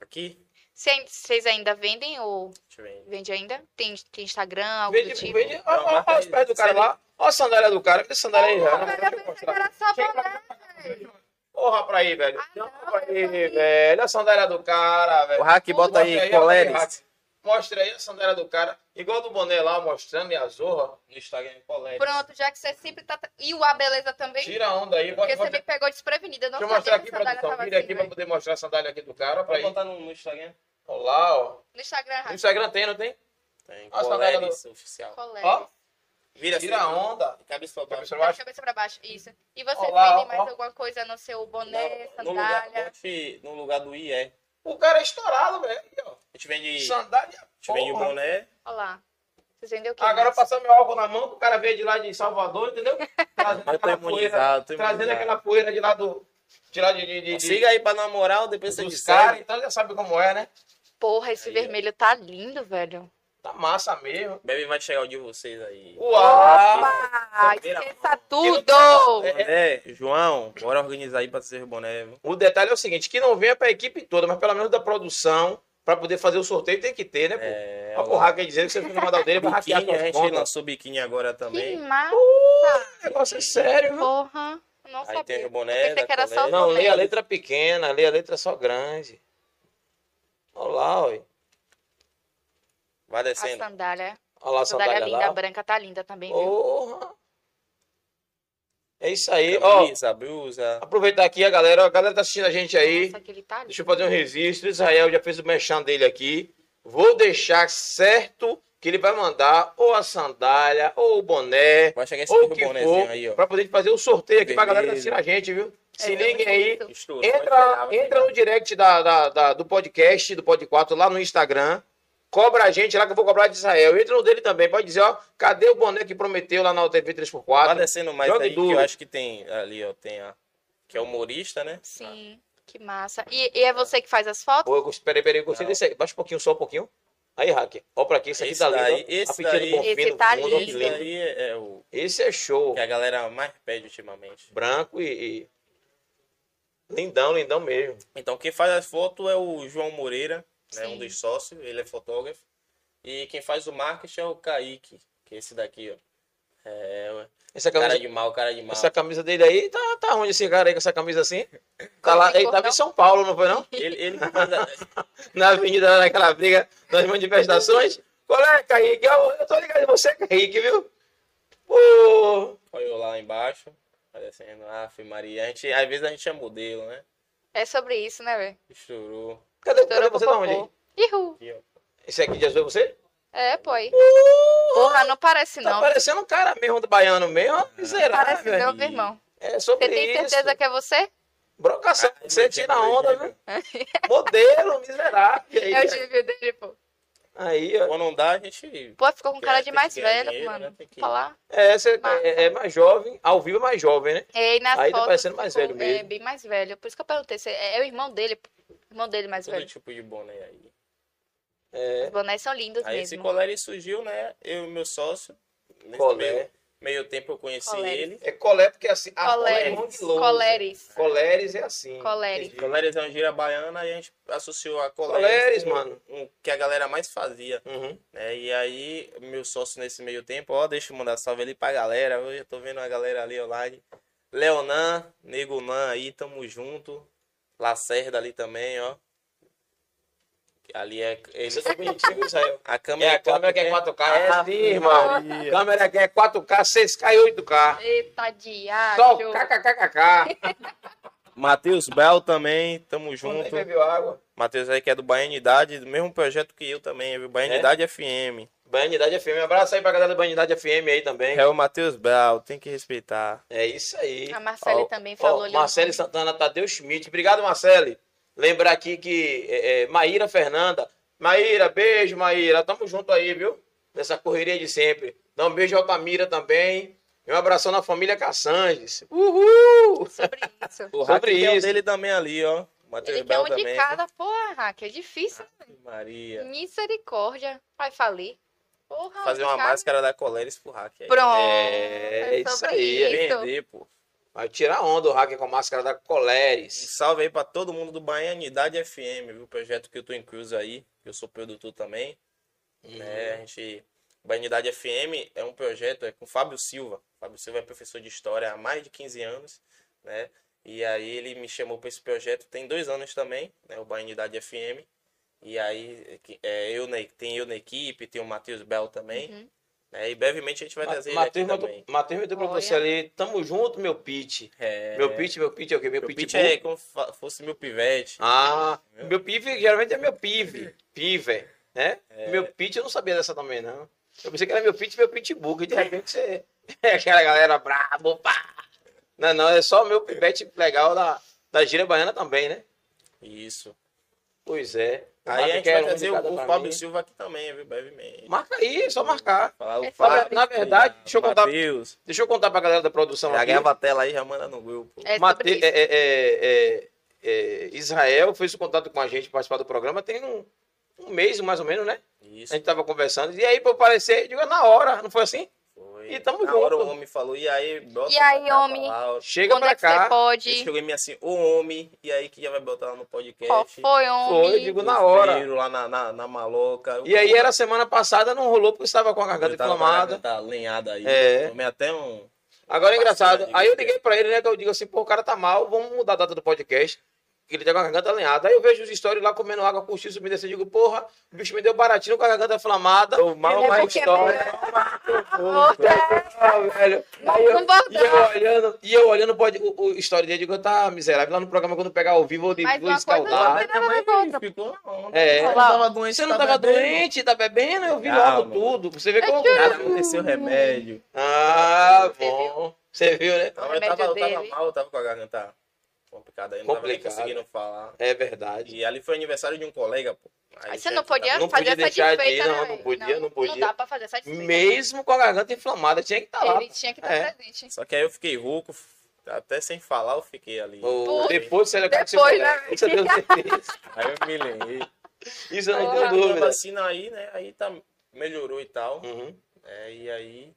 Aqui, cê- Vocês ainda vendem ou deixa eu ver. vende ainda? Tem, tem Instagram, algo do Vende, tipo? vende. Olha, olha, olha os pés do cara Sério? lá. Olha a sandália do cara. Vê a sandália aí, já. Porra, Deixa eu velho, mostrar. agora só Chega pra pra- cá, Porra pra aí, velho. Ah, não, Porra pra aí, eu tô aqui. velho. Olha a sandália do cara, velho. O hack bota Mostra aí, ó, coleres. Hack. Mostra aí a sandália do cara. Igual do boné lá, mostrando, e a zorra. No Instagram, coleres. Pronto, já que você sempre tá. E o A Beleza também? Tira a onda aí. Bota, Porque você bota. me Deixa pegou desprevenida. Eu não eu sabia mostrar que aqui, a sandália produção. tava Vira assim, aqui pra velho. Tá poder mostrar a sandália aqui do cara. Pra Pode aí. botar no, no Instagram? Olha lá, ó. né? No Instagram, No Rafa. Instagram tem, não tem? Tem, Ah, sandália coleres oficial. Colé. Ó. Vira, Tira a assim, onda. Cabeça pra Cabeça baixo. pra Da baixo. cabeça pra baixo, isso. E vocês Ó lá, vendem ó, mais ó. alguma coisa no seu boné, Não, no lugar, sandália? bote no lugar do IE. A O cara é estourado, velho. Aí, ó. gente vende, a Sandália. gente vende porra. boné. Olha lá. Vocês vendem o quê? Agora mais? passar meu álcool na mão, que o cara veio de lá de Salvador, entendeu? Trazendo Mas tô aquela poeira, imunizado, tô trazendo imunizado. aquela poeira de lá do, Tirar de. de, de, de Siga aí pra namorar, depois você dos descarga. caras, então já sabe como é, né? Porra, esse Aí, ó. vermelho tá lindo, velho. Tá massa mesmo. Bebe vai chegar o de vocês aí. Uau! Opa! Primeira Esqueça Eu tudo! É, João, bora organizar aí pra ser boné. viu? O detalhe é o seguinte: que não venha pra equipe toda, mas pelo menos da produção, pra poder fazer o sorteio tem que ter, né, pô? É, Ó, pro hacker dizendo que você fica no mandar dele pra hackear biquíni, a suas gente contas. lançou biquíni agora Que também. massa, O negócio é sério, viu? porra. Não Aí tem sabia. o boné Eu pensei da que era só colega. Não, Também. lê a letra pequena, lê a letra só grande. Olha lá, ó. Vai A descendo. sandália. Olha lá A a sandália sandália linda, a lá. branca tá linda também, viu? Porra! É isso aí. Ó, Camisa, blusa. aproveitar aqui a galera. A galera tá assistindo a gente aí. Nossa, que ele tá lindo. Deixa eu fazer um registro. Israel já fez o merchan dele aqui. Vou deixar certo que ele vai mandar ou a sandália, ou o boné, Vai chegar esse ou o novo que bonezinho for, aí, ó. pra poder fazer o sorteio aqui pra galera que tá Beleza. assistindo a gente, viu? Se É, liguem aí. muito. Estudo. Entra, entra no direct da, da- da- do podcast, do Pod 4, lá no Instagram. Cobra a gente lá que eu vou cobrar de Israel. Entra no dele também. Pode dizer, ó, cadê o boné que prometeu lá na TV 3x4? Vai Tá descendo mais Jogue aí, que duro. eu acho que tem ali, ó. Tem a. Que é humorista, né? Sim, que massa. E, e é você que faz as fotos? Ô, eu gostei- peraí, peraí, eu gostei Não. desse aí. Baixa um pouquinho, só um pouquinho. Aí, Hacker, ó pra aqui, esse aqui Esse tá lindo. daí, ó. esse A Pequeno daí. Bonfim Esse no tá fundo, ó, que Esse lindo. aí é, é o Esse é show. que a galera mais pede ultimamente. Branco e, e- Lindão, lindão mesmo. Então, quem faz as fotos é o João Moreira, né, Sim. um dos sócios, ele é fotógrafo. E quem faz o marketing é o Kaique, que é esse daqui, ó. É, ué. Essa camisa, cara de mal, cara de mal. essa camisa dele aí, tá, tá onde esse cara aí com essa camisa assim? Tá lá, ele tava em Não. São Paulo, não foi não? Ele, ele que né? faz a- na avenida, naquela briga das manifestações. Qual é, Kaique? Eu, eu tô ligado em você, Kaique, viu? Pô, Olha eu lá embaixo, aparecendo. Ah, Maria. A gente, às vezes a gente é modelo, né? É sobre isso, né, velho? Chorou. cadê, cadê você da onde? Ihu. Aqui, ó. Esse aqui de azul é você? É, pô. aí. Porra, não parece Tá não. parecendo um cara mesmo do baiano mesmo, ó, Parece miserável. meu irmão. É Você sobre tem isso. certeza que é você? Brocação, Ah, você meu tira Deus, onda, meu viu? Modelo, miserável. Aí, É o gímio dele, pô. aí, ó. Quando não dá, a gente. Pô, ficou com Porque cara tem de que mais ganhar velho, dinheiro, né? mano. Tem que- Falar. É, você é, é mais jovem, ao vivo é mais jovem, né? É, e nas Aí tá fotos parecendo mais ficou- velho mesmo. É, bem mais velho. Por isso que eu perguntei. se é, é o irmão dele, pô. irmão dele mais Todo velho. tipo de boné aí. É, Os bonés são lindos Aí esse mesmo. colégio surgiu, né? Eu e meu sócio. Nesse Colé. Meio, meio tempo eu conheci Colé. ele. É colé, porque assim, a colé é mão Coleres. de lousa. Coleres. Coleres é assim. Coleres. Entendi. Colério é uma gíria baiana e a gente associou a Coleres, colégio com mano. o que a galera mais fazia. Uhum. né? E aí, meu sócio nesse meio tempo, ó, deixa eu mandar salve ali pra galera. Hoje eu tô vendo a galera ali online. Leonan, Nego Nan aí, tamo junto. Lacerda ali também, ó. Ali é. Você Ele, tá bonitinho, Israel. a câmera É, a câmera que é 4K. 4K. É sim, irmão. Maria. Câmera que é 4K, 6K e 8K. Eita, Só o diacho. kkkk. Matheus Bel também, tamo junto. Quando é bebeu água. Matheus aí que é do Baianidade, do mesmo projeto que eu também, viu? É? Baianidade FM. Banidade FM. Um abraço aí pra galera da Banidade FM aí também. É o Matheus Bel, tem que respeitar. É isso aí. A Marcele Ó, também falou Ó, ali. um Marcele Santana, Tadeu Schmidt. Obrigado, Marcele. Lembrar aqui que é, é, Maíra Fernanda. Maíra, beijo, Maíra. Tamo junto aí, viu? Nessa correria de sempre. Dá um beijo ao Tamira também. E um abração na família Cassanges. Uhul! Sobre isso. O Sobre Sobre isso. isso. dele também ali, ó. O Matheus Ele quer Bel um de também. cada, né? porra, que é difícil. Maria. Misericórdia. Vai falir. Porra, Fazer um de uma cada. máscara da Coleris pro hack aí. Pronto. É, isso sobre aí, é isso. Vender, pô. um Vai tirar onda o hacker com a máscara da Coleres. E salve aí pra todo mundo do Baianidade FM, viu? Projeto que eu tô incluso aí. Eu sou produtor também. É. né? A gente. Banidade FM é um projeto é com Fábio Silva. Fábio Silva é professor de história há mais de 15 anos, né? E aí ele me chamou para esse projeto tem dois anos também, né? O Banidade FM. E aí é que- é, eu na, tem eu na equipe, tem o Matheus Bel também, Uhum. né? E brevemente a gente vai Ma- trazer ele aqui Matheus também. mandou, Matheus mandou pra Olha. você ali. Tamo junto, meu pit. É, Meu pit, meu pit é o quê? Meu, meu pit pitch é como fa- fosse meu pivete. Ah, meu pive geralmente é meu pive. Pive, né? É. Meu pit eu não sabia dessa também, não. Eu pensei que era meu pit, meu pitbull. Que de repente você é aquela galera brabo, pá. Não, não, é só meu pivete legal da, da gíria baiana também, né? Isso. Pois é. Aí a gente quer vai um de trazer cada o, pra o Fábio mim. Silva aqui também, viu? Brevemente. Marca aí, é só marcar. Falar o É, Fábio. na verdade, deixa eu contar- Matheus. Deixa eu contar pra galera da produção Já aqui. ganhava a tela aí, já manda no grupo. É sobre Mate- isso. é- é- é- é- é, Israel fez o contato com a gente participar do programa tem um, um mês, mais ou menos, né? A Isso. gente tava conversando. E aí, pra eu parecer, eu digo, "É na hora, não foi assim? Foi. E tamo Na hora junto. o homem falou, e aí, bota E aí, pra cá, homem? pra lá. Chega Quando pra é que cá. você pode? Ele chegou em mim assim, o homem, e aí que já vai botar lá no podcast. Qual foi, Foi, homem? digo, na hora. Viro lá na, na, na maloca. Eu- E aí é era semana passada, não rolou porque estava com a garganta eu tava com a inflamada. garganta lenhada aí. É. Tomei até um. Agora é engraçado. Passada de Aí eu vida. liguei pra ele, né? Que eu digo assim, pô, o cara tá mal, vamos mudar a data do podcast. Que ele tá com a garganta alinhada. Aí eu vejo os stories lá comendo água, curtindo, subindo assim, eu digo, porra, o bicho me deu baratinho com a garganta inflamada. Tô É porque é Ah, velho. Aí eu, Não voltou. e eu olhando, e eu olhando pode, o, o story dele, eu digo, tá miserável. Lá no programa, quando pegar ao vivo, eu digo, Mas vou uma coisa não escaldar. foi nada na volta. Ficou na onda. Tá. É. Você não tava doente, Você não tava bebendo. doente, tá bebendo? Eu vi Calma. logo tudo. Você vê Eu como. tá. te Cara, aconteceu remédio. Ah, Você bom. Você viu, né? Não, eu remédio tava, eu tava dele. mal, eu tava com a garganta complicada aí, não tava nem Complicado. conseguindo falar. É verdade. E ali foi aniversário de um colega, pô. Aí tinha você não que tá dar- podia Não fazer podia essa deixar de ir, desfeita, não, né, não velho? podia, não podia. Não dá pra fazer essa desfeita. Mesmo com a garganta inflamada, tinha que estar lá. Ele tinha que estar É. presente. Só que aí eu fiquei rouco, até sem falar eu fiquei ali. Ou Putz. depois você era Depois, né? Isso eu tenho certeza. Aí eu me lembrei. Isso eu não Porra. tenho Aí a dúvida. vacina aí, né? Aí tá, melhorou e tal. Uhum. né, e aí,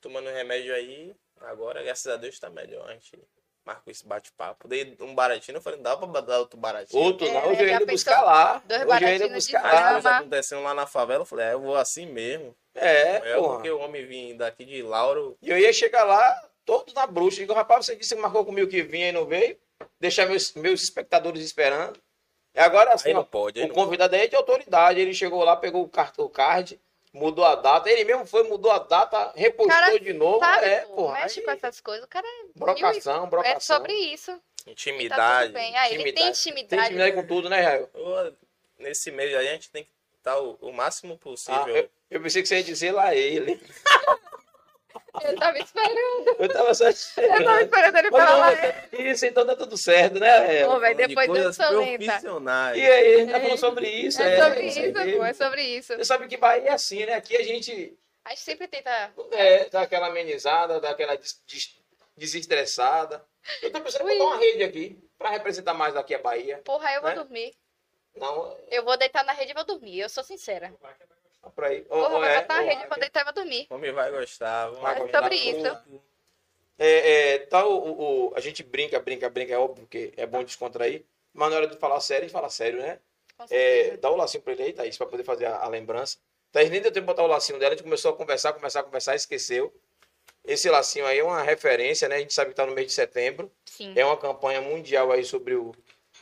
tomando remédio aí, agora, graças a Deus, tá melhor. A gente marcou esse bate-papo. Dei um baratinho, eu falei, não dá pra dar outro baratinho. Outro É, não, hoje eu já ia pensou? buscar lá. Dois Hoje eu ia baratinhos de buscar As lá. grama. coisas acontecendo lá na favela, eu falei, é, eu vou assim mesmo. É, É, porque porra. o homem vinha daqui de Lauro. E eu ia chegar lá, todo na bruxa. Digo, rapaz, você disse que marcou comigo que vinha e não veio. Deixar meus, meus espectadores esperando. E agora assim, Aí não ó, pode, aí o não convidado aí é de autoridade. Ele chegou lá, pegou o car- o card, mudou a data. Ele mesmo foi, mudou a data, repostou Cara, de novo. Sabe, é, pô, porra. mexe aí- com essas coisas. O cara é Brocação, brocação. é sobre isso. Tá tudo Intimidade. bem. Ah, ele tem intimidade. Tem intimidade. intimidade com tudo, né, Raio? Ô, Nesse mês aí a gente tem que estar o, o máximo Ah, possível. eu, eu pensei que você ia dizer lá ele. né? Eu tava esperando. Eu tava só Eu tava esperando. esperando ele Mas falar. não, lá, mas é isso, então tá tudo certo, né, Pô, Raio? velho, Falando de depois coisas dessa lenta. profissionais. E aí, a gente tá falando sobre isso. É sobre com isso, certeza. pô, é sobre isso. Você sabe que Bahia é assim, né? Aqui a gente A gente sempre tenta. é, dá aquela amenizada, dá aquela des- des- desestressada. Eu tô pensando em Ui. botar uma rede aqui, pra representar mais daqui a Bahia. Porra, eu vou Né? dormir. Não, Eu vou deitar na rede e vou dormir. Eu sou sincera. é pra aí. Ou- Porra, ou vai é, botar na ou- rede, eu vou deitar e vou dormir. O homem vai gostar. vamos Vai É combinar sobre com- isso. É, é, tá o, o- o- a gente brinca, brinca, brinca, é óbvio que é bom descontrair, mas na hora de falar sério, a gente fala sério, né? Com É, certeza. dá o lacinho pra ele aí, Thaís, pra poder fazer a, a lembrança. Thaís nem deu tempo de botar o lacinho dela, a gente começou a conversar, conversar, conversar, esqueceu. Esse lacinho aí é uma referência, né? A gente sabe que tá no mês de setembro. Sim. É uma campanha mundial aí sobre o,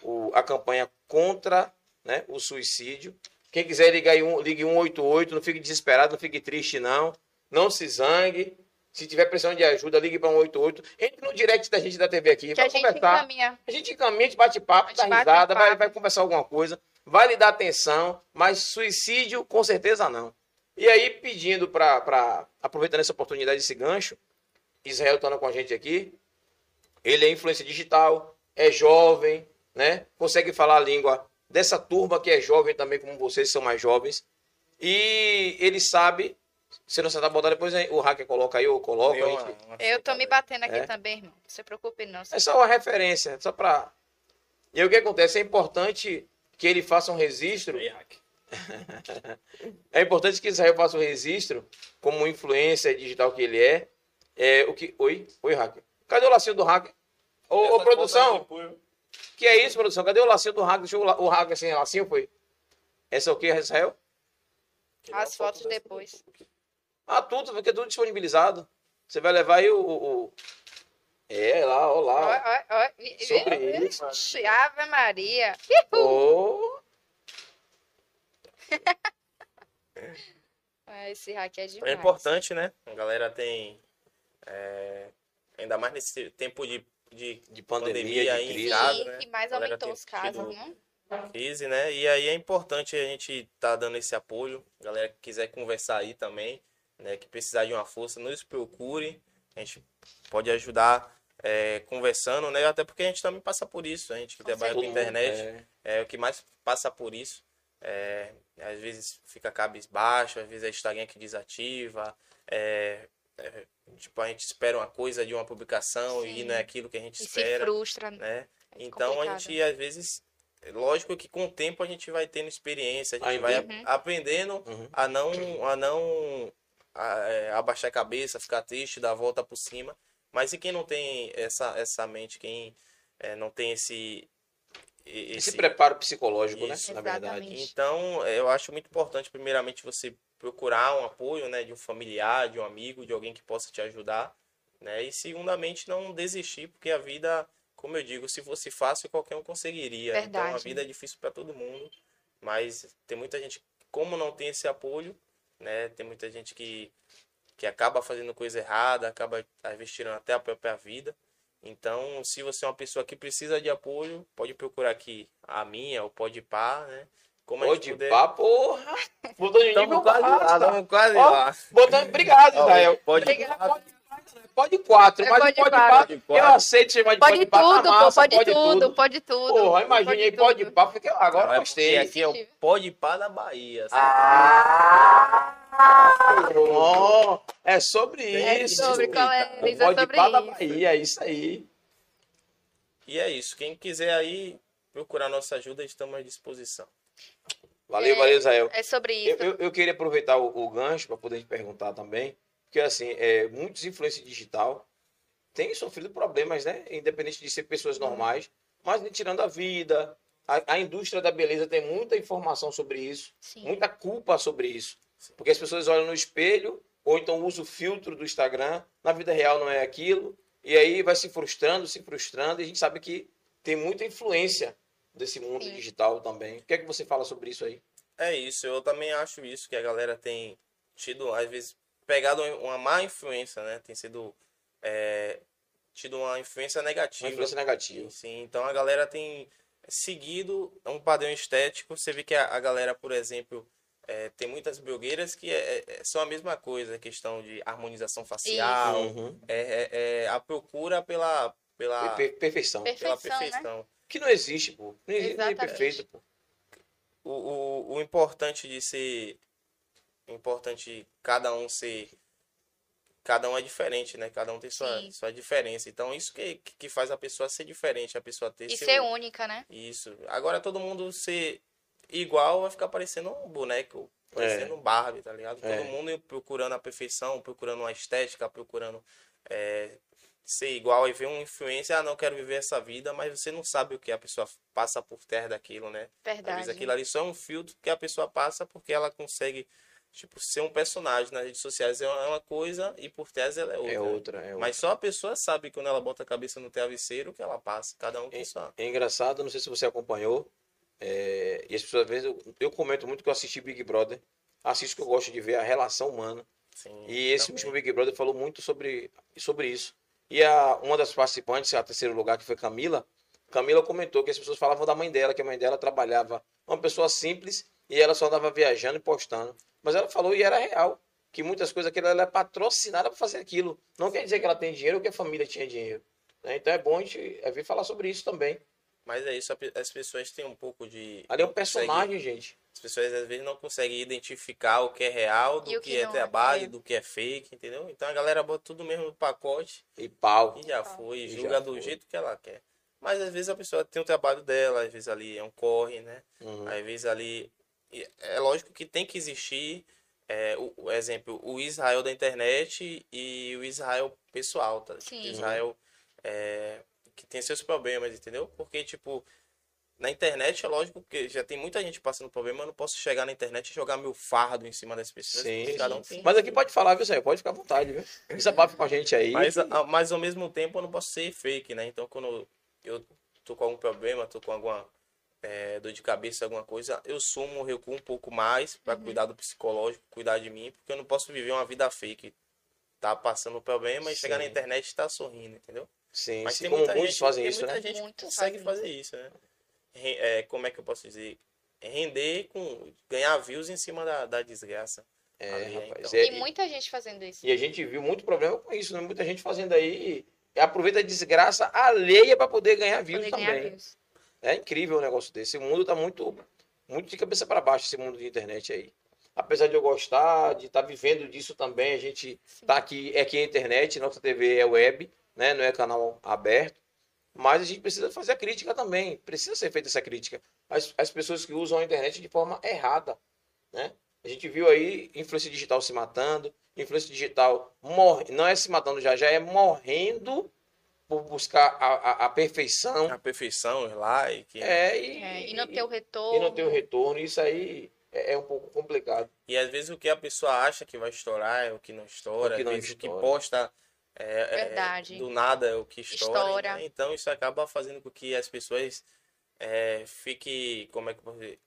o- a campanha contra né, o suicídio. Quem quiser ligar aí, um, ligue 188, não fique desesperado, não fique triste, não. Não se zangue. Se tiver precisando de ajuda, ligue para 188. Entre no direct da gente da TV aqui. Que a Vai gente conversar. Assim encaminha. A gente caminha, a gente bate papo, A gente dá bate risada, vai, papo. vai conversar alguma coisa, vai lhe dar atenção, mas suicídio com certeza não. E aí, pedindo para. Aproveitando essa oportunidade, esse gancho, Israel está com a gente aqui. Ele é influência digital, é jovem, né? Consegue falar a língua dessa turma que é jovem também, como vocês são mais jovens. E ele sabe. Se não sentar botar depois, hein, o hacker coloca aí, ou coloca. Deu a uma- gente- uma Eu tô me chutada. batendo aqui É? também, irmão. Não se preocupe, não. É só uma referência, só para. E aí o que acontece? É importante que ele faça um registro. É importante que Israel faça um registro, como influência digital que ele é. é o que... Oi? Oi, hacker. Cadê o lacinho do hacker? Ô, ô, Essa produção, conta de punho. que é isso, produção? Cadê o lacinho do hacker? Deixa eu la- o hacker sem lacinho, foi? Essa é o que, Israel? é As fotos depois. Ah, tudo, porque é tudo disponibilizado. Você vai levar aí o. o- o- É, lá, ó Ó, lá. ó, ó. E- Sobre e- isso. Ixi, Ave Maria. Ô, Ah, Esse hack é demais. É importante, né? A galera tem. é, ainda mais nesse tempo de, de de Pandemia pandemia, aí, de Sim, crise. ligado, né? que mais Galera aumentou tem os casos, tido- né? crise, né? E aí é importante a gente tá dando esse apoio. Galera que quiser conversar aí também, né? Que precisar de uma força, nos procure. A gente pode ajudar é, conversando, né? Até porque a gente também passa por isso, a gente que Com trabalha com certeza. internet. É. É o que mais passa por isso. É, às vezes fica cabisbaixo, às vezes a Instagram que desativa. É, é, tipo, a gente espera uma coisa de uma publicação e Sim. não é aquilo que a gente E se espera, frustra. né? É Então a complicado. gente às vezes, é lógico que com o tempo a gente vai tendo experiência, a gente Aí vai vem. ap- aprendendo Uhum. a não a não a- é, abaixar a cabeça, ficar triste, dar a volta por cima. Mas e quem não tem essa essa mente, quem é, não tem esse e- Esse preparo psicológico, Isso. né? Na verdade. Exatamente. então, eu acho muito importante, primeiramente, você procurar um apoio, né, de um familiar, de um amigo, de alguém que possa te ajudar, né? E segundamente, não desistir, porque a vida, como eu digo, se fosse fácil, qualquer um conseguiria. Então, a Verdade. vida é difícil para todo mundo, mas tem muita gente, como não tem esse apoio, né? Tem muita gente que que acaba fazendo coisa errada, acaba às vezes tirando até a própria vida. Então, se você é uma pessoa que precisa de apoio, pode procurar aqui a minha, o Pode Par, né? Como a Pô, gente de puder. pá, porra. Mudou de nível Estamos quase lá, basta. estamos quase Ó, lá. Botando, obrigado, Ó, Israel. pode Obrigado, quatro. pode quatro, né? Pode quatro, É, mas pode pode, pode quatro. quatro. Pode Eu quatro. aceito chamar de Pode, pode quatro, tudo, tá pô, massa, pode, tudo, pode tudo. Porra, imaginei, pode tudo. pá, porque agora Não, é gostei. porque aqui é o Pode Par da Bahia. sabe? Ah! Bom, é sobre É isso. sobre, O colegas, é pode sobre pá da isso. Bahia, é isso aí. E é isso. Quem quiser aí procurar nossa ajuda, estamos à disposição. Valeu, É. valeu, Israel. É sobre Eu, isso. eu, eu queria aproveitar o, o gancho para poder te perguntar também, porque assim, é, muitos influencers digital têm sofrido problemas, né? Independente de ser pessoas Uhum. normais, mas né, tirando a vida. A, a indústria da beleza tem muita informação sobre isso, Sim. muita culpa sobre isso. Sim. Porque as pessoas olham no espelho, ou então usam o filtro do Instagram, na vida real não é aquilo, e aí vai se frustrando, se frustrando, e a gente sabe que tem muita influência desse mundo Sim. digital também. O que é que você fala sobre isso aí? É isso, eu também acho isso, que a galera tem tido, às vezes, pegado um, uma má influência, né? Tem sido, é, tido uma influência Uma negativa. influência negativa. Sim, então a galera tem seguido um padrão estético. Você vê que a, a galera, por exemplo, é, tem muitas blogueiras que é- é- são a mesma coisa, questão de harmonização facial, Uhum. é, é- é a procura pela, pela, Per- perfeição. Per- pela Perfeição, né? perfeição. Que não existe, pô. Não existe nem Exatamente. perfeito, pô. o, o, o importante de ser. O importante cada um ser. Cada um é diferente, né? Cada um tem sua, Sim. sua diferença. Então, isso que, que faz a pessoa ser diferente, a pessoa ter E seu- ser única, né? Isso. Agora todo mundo ser igual vai ficar parecendo um boneco, parecendo um Barbie, tá ligado? É. Todo mundo procurando a perfeição, procurando uma estética, procurando é, ser igual e ver um influencer, ah, não quero viver essa vida, mas você não sabe o que a pessoa passa por terra daquilo, né? Às vezes Verdade. aquilo ali só é um filtro que a pessoa passa porque ela consegue, tipo, ser um personagem nas redes sociais é uma é uma coisa e por tese ela é outra. É outra, é outra. Mas só a pessoa sabe quando ela bota a cabeça no travesseiro o que ela passa, cada um tem sua. É engraçado, não sei se você acompanhou. é, E as pessoas, às vezes, eu, eu comento muito que eu assisti Big Brother. Assisto que eu gosto de ver a relação humana. Sim, E esse também. último Big Brother falou muito sobre, sobre isso. E a, uma das participantes, a terceiro lugar, que foi Camila, Camila comentou que as pessoas falavam da mãe dela, que a mãe dela trabalhava, uma pessoa simples, e ela só andava viajando e postando. Mas ela falou, e era real, que muitas coisas que ela, ela é patrocinada para fazer aquilo. Não quer dizer que ela tem dinheiro ou que a família tinha dinheiro. né? Então é bom a gente é, vir falar sobre isso também. Mas é isso, a pe- as pessoas têm um pouco de. Ali é um não conseguem- personagem, gente. As pessoas às vezes não conseguem identificar o que é real, do E o que que é não é, trabalho, é. do que é fake, entendeu? Então a galera bota tudo mesmo no pacote E pau. e já Ah. foi, E já julga do foi. jeito que ela quer. Mas às vezes a pessoa tem o trabalho dela, às vezes ali é um corre, né? Uhum. Às vezes ali. e É lógico que tem que existir, é, o, o exemplo, o Israel da internet e o Israel pessoal, tá? Tipo, Sim. o Israel é, que tem seus problemas, entendeu? Porque, tipo, na internet é lógico que já tem muita gente passando problema, eu não posso chegar na internet e jogar meu fardo em cima das pessoas, Sim, porque cada um sim, tem. Mas aqui pode falar, viu, Zé? Pode ficar à vontade, viu? Desabafe com a gente aí. Mas, a- mas ao mesmo tempo eu não posso ser fake, né? Então quando eu tô com algum problema, tô com alguma eh, dor de cabeça, alguma coisa, eu sumo, recuo um pouco mais para Uhum. cuidar do psicológico, cuidar de mim, porque eu não posso viver uma vida fake. Tá passando problema e chegar na Sim. internet e tá sorrindo, entendeu? Sim, Mas sim, tem como muita muitos gente, fazem tem isso, né? muita gente que Muitos consegue fazem fazer isso, né? Ren- eh, como é que eu posso dizer? Render com ganhar views em cima da, da desgraça. É, ali, rapaz. então. é- E é muita gente fazendo isso. E a gente viu muito problema com isso, né? Muita gente fazendo aí aproveita a desgraça alheia para poder ganhar views Poder também. ganhar views. É incrível um negócio desse. O mundo tá muito, muito de cabeça para baixo, esse mundo de internet aí. Apesar de eu gostar, de estar vivendo disso também, a gente Sim. tá aqui, é aqui a internet, nossa TV é web, né? Não é canal aberto. Mas a gente precisa fazer a crítica também. Precisa ser feita essa crítica. As, as pessoas que usam a internet de forma errada, né? A gente viu aí influência digital se matando, influência digital morre, não é se matando já, já é morrendo por buscar a- a- a perfeição. então. A perfeição, os likes. É, e, É, e não ter o e retorno. não ter o retorno, isso aí é, é um pouco complicado. E às vezes o que a pessoa acha que vai estourar é o que não estoura. O que às não vezes o que estoura. posta é, é, Verdade. do nada é o que estoura. Estoura. né? Então isso acaba fazendo com que as pessoas é, fiquem, como é que eu posso dizer?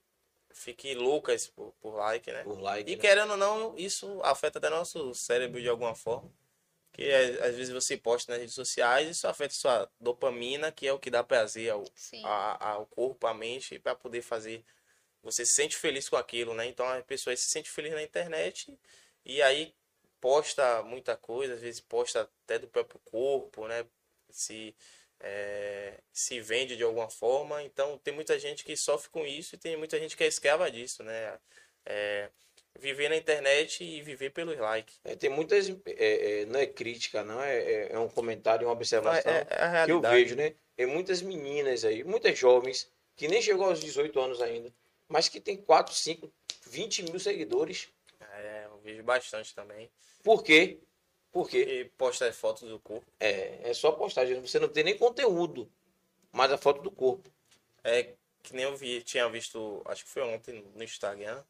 Fiquem loucas por, por like, né? Por like. E né? querendo ou não, isso afeta até nosso cérebro de alguma forma. Porque às às vezes você posta nas redes sociais, isso afeta sua dopamina, que é o que dá prazer ao, Sim. a- ao corpo, à mente, para poder fazer. Você se sente feliz com aquilo, né? Então as pessoas se sentem felizes na internet e aí posta muita coisa, às vezes posta até do próprio corpo, né? Se, eh, se vende de alguma forma. Então tem muita gente que sofre com isso e tem muita gente que é escrava disso, né? Eh, viver na internet e viver pelos likes. É, tem muitas. é, é, não é crítica, não, é, é- é um comentário, uma Então, é, observação é a que eu realidade. vejo, né? Tem muitas meninas aí, muitas jovens, que nem chegou aos 18 anos ainda, mas que tem 4, 5, 20 mil seguidores. É, eu vejo bastante também. Por quê? Por quê? E posta fotos do corpo. É, é só postagem, você não tem nem conteúdo, mas a foto do corpo. É que nem eu vi, tinha visto, acho que foi ontem no Instagram,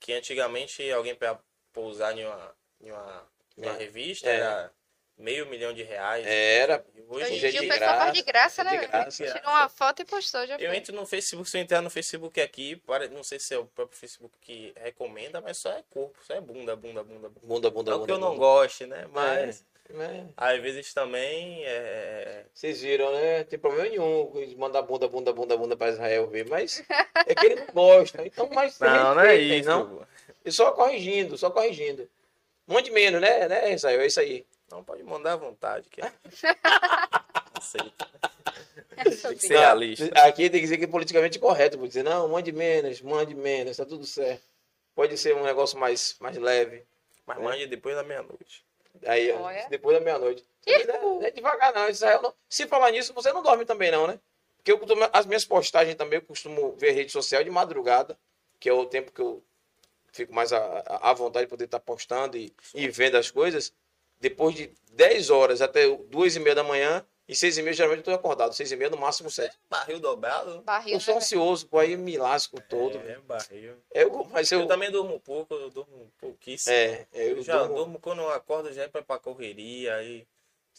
que antigamente alguém para pousar em uma, em uma, em uma É. revista É. era meio milhão de reais. Era, E Hoje Hoje em é dia de o pessoal faz de graça, é de né? graça. Tirou uma foto e postou, já Eu foi. entro no Facebook, se eu entrar no Facebook aqui, para, não sei se é o próprio Facebook que recomenda, mas só é corpo, só é bunda, bunda, bunda. bunda. Bunda, bunda, Não É bunda. que eu não bunda. goste, né? Mas É. às vezes também é, Vocês viram, né? Tem problema nenhum com eles mandar bunda, bunda, bunda, bunda pra Israel ver, mas é que ele não gosta. Então, mas Não, não é respeitem, isso. não. E só corrigindo, só corrigindo. Mande menos, né, né, Israel? É isso aí. Não pode mandar à vontade, que é. Aceita. Tem que ser Sim. realista. Aqui tem que dizer que é politicamente correto, vou dizer, não, mande menos, mande menos, tá tudo certo. Pode ser um negócio mais, mais leve. Mas É. mande depois da meia-noite. Aí, ó, Olha. depois da meia-noite. Também Não é- não é devagar, não. Israel não- Se falar nisso, você não dorme também, não, né? Porque eu costumo- as minhas postagens também, eu costumo ver rede social de madrugada, que é o tempo que eu fico mais à, à- à vontade de poder estar postando e, e vendo as coisas. Depois de 10 horas até duas e meia da manhã, e seis e meia geralmente eu tô acordado, seis e meia no máximo sete. Barril dobrado? Barril, Eu sou né, ansioso, pô, aí eu me lasco todo. É, barril. É, eu, mas Eu, eu... também durmo pouco, eu durmo pouquíssimo. É, é, eu, eu já durmo, durmo- quando eu acordo, já é pra, pra correria. Aí...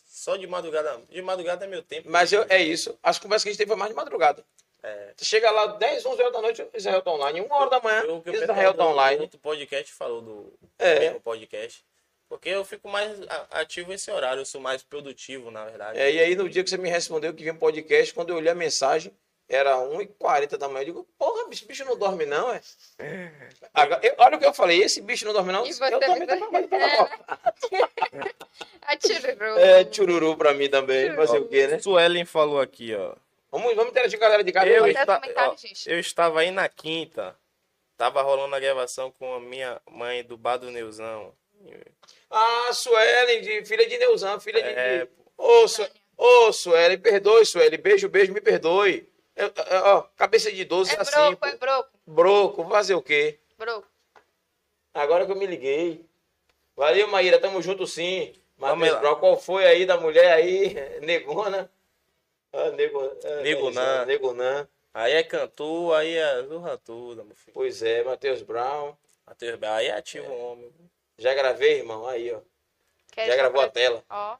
Só de madrugada. De madrugada é meu tempo. Mas eu, é isso. As conversas que a gente teve foi mais de madrugada. É. Chega lá 10, 11 horas da noite, Israel tá online. Uma hora da manhã, Eu- que é o Israel tá pessoal do online. outro podcast falou do É. mesmo podcast. Porque eu fico mais a- ativo esse horário, eu sou mais produtivo, na verdade. É, e aí, no dia que você me respondeu que vinha um podcast, quando eu olhei a mensagem, era 1h40 da manhã. Eu digo, porra, esse bicho não dorme não, é? Agora, eu- olha o que eu falei, esse bicho não dorme não, E eu você não também tô trabalhando pela dorme. porta. Atirou. É, tchururu pra mim também, fazer o quê, né? Suelen falou aqui, ó. Vamos, vamos interagir com a galera de casa. né? Eu vai. Até esta- comentário, ó, é gente. Eu estava aí na quinta. Tava rolando a gravação com a minha mãe do bar do Neuzão. Ah, Suelen, de, filha de Neuzão, filha de... É, de- Ô, Su... Ô, Suelen, perdoe, Suelen. Beijo, beijo, me perdoe. Eu- eu- ó, cabeça de idoso É assim, broco, pô. é broco, Broco, fazer o quê? broco. Agora que eu me liguei. Valeu, Maíra, tamo junto sim. Vamos Matheus lá. Broco, qual foi aí da mulher aí? Negona. Ah, nego, ah, Negunã. é, Negunã. Aí é cantor, aí é zurra toda, meu filho. Pois é, Matheus Brown. Matheus Braz, aí é ativo o homem. Já gravei, irmão, aí, ó. Quer Já estar gravou a presente? tela. Ó,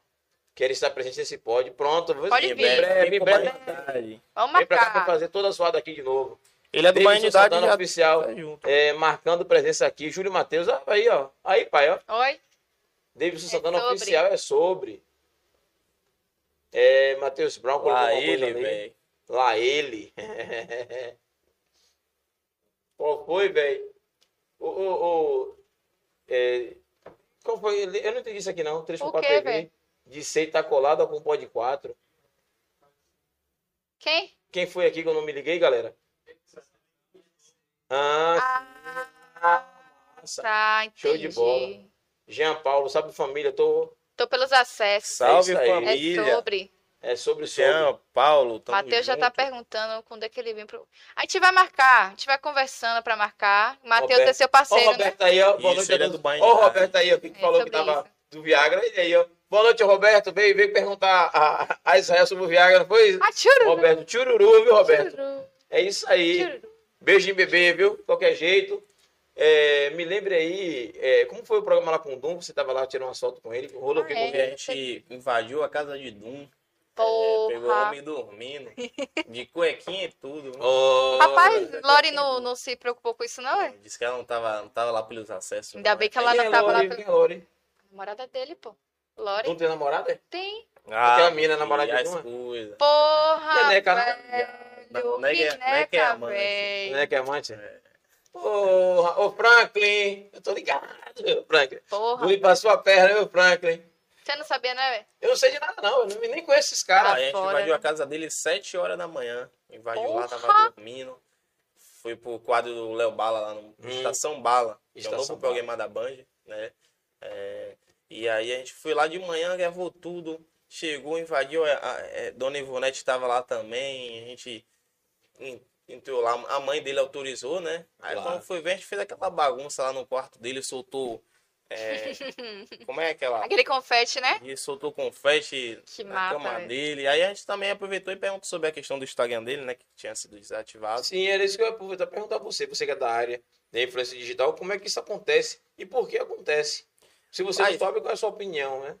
Quero estar presente nesse pódio. Pronto, vou Pode é em vir. breve, em breve. breve. vamos Vem pra cá pra marcar. fazer toda a suada aqui de novo. Ele é do Bahia Davidson Unidade Santana já oficial. tá junto. É, marcando presença aqui. Júlio Matheus, ah, aí, ó. Aí, pai, ó. Oi, Davidson É Santana sobre. oficial é sobre. É, Matheus Brown colocou Lá alguma coisa ele, ali. velho. Lá ele. Qual foi, velho? O, o, o- é, qual foi? Eu não entendi isso aqui, não. 3 O por 4 quê, TV. véi? de ser tá colada com o Pod 4. Quem? Quem foi aqui que eu não me liguei, galera? Ah, Tá, entendi. Show de bola. Jean Paulo, sabe família, tô Tô pelos acessos. É Salve, isso aí. É É família. sobre. é sobre o sobre. Jean, Paulo, tamo Matheus já junto. tá perguntando quando é que ele vem pro. A gente vai marcar, a gente vai conversando pra marcar. Matheus é Roberto. seu Ó, o parceiro, né? Roberto aí, ó. Boa Isso, noite. ele a é do todos. Bahia. Ó, o Roberto aí, ó, que É, falou que sobre tava isso. do Viagra. Ele aí, ó. Boa noite, Roberto. Veio, veio perguntar a, a Israel sobre o Viagra, não foi? Ah, tchururu, Roberto, tchururu, viu, Roberto? tchururu, É isso aí. tchururu. Beijo em bebê, viu? Qualquer jeito. É, me lembre aí, é, como foi o programa lá com o Dum? Você tava lá tirando uma foto com ele, rolou Ah, que é? Porque a gente invadiu a casa de Dum. é, pegou o Porra. homem dormindo. De cuequinha e tudo. Ô, Rapaz, né? Lori não, não se preocupou com isso, não, é? Disse que ela não tava, não tava lá pelos acessos. Ainda não, bem é. que ela quem não é tava lá. Lore? pela- Quem é Lore? Namorada dele, pô. Dum Lori tem namorada? é? tem. Ah, Aquela mina namorada e de as Dum, é? coisas. Porra, Neneca, né? velho. Não é que- não é que é Neneca, amante. Não é velho. que é amante? É. Porra, ô Franklin, eu tô ligado, meu Franklin. Porra. Vou ir pra sua perna, meu Franklin. Você não sabia, né, velho? Eu não sei de nada, não. Eu nem conheço esses Ah, caras. a gente fora, invadiu né? a casa dele 7 horas da manhã. Invadiu lá, Porra! tava dormindo. Foi pro quadro do Léo Bala lá no Estação Bala. Que é um Hum. Estação novo programa da Band, né? É, e aí a gente foi lá de manhã, gravou tudo. Chegou, invadiu. a- a- é, Dona Ivonete estava lá também. A gente en- entrou lá. A mãe dele autorizou, né? Aí Claro. quando foi ver, a gente fez aquela bagunça lá no quarto dele, soltou. é, como é aquela? Aquele confete, né? E soltou confete Que na mata, cama né? velho. dele. Aí a gente também aproveitou e perguntou sobre a questão do Instagram dele, né? Que tinha sido desativado. Sim, era isso que eu ia aproveitar pra perguntar a você, você que é da área da influência digital, como é que isso acontece e por que acontece? Se você Aí- não sabe, qual é a sua opinião, né?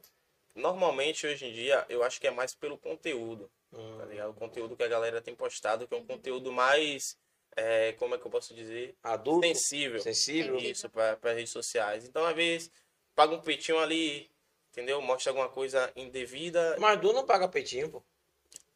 Normalmente, hoje em dia, eu acho que é mais pelo conteúdo, Hum, tá ligado? O conteúdo que a galera tem postado, Uhum. que é um conteúdo mais, é, como é que eu posso dizer? Adulto, Sensível. sensível. Entendi. Isso, para as redes sociais. Então, às vezes, paga um petinho ali, entendeu? Mostra alguma coisa indevida. Mas Du não paga peitinho, pô.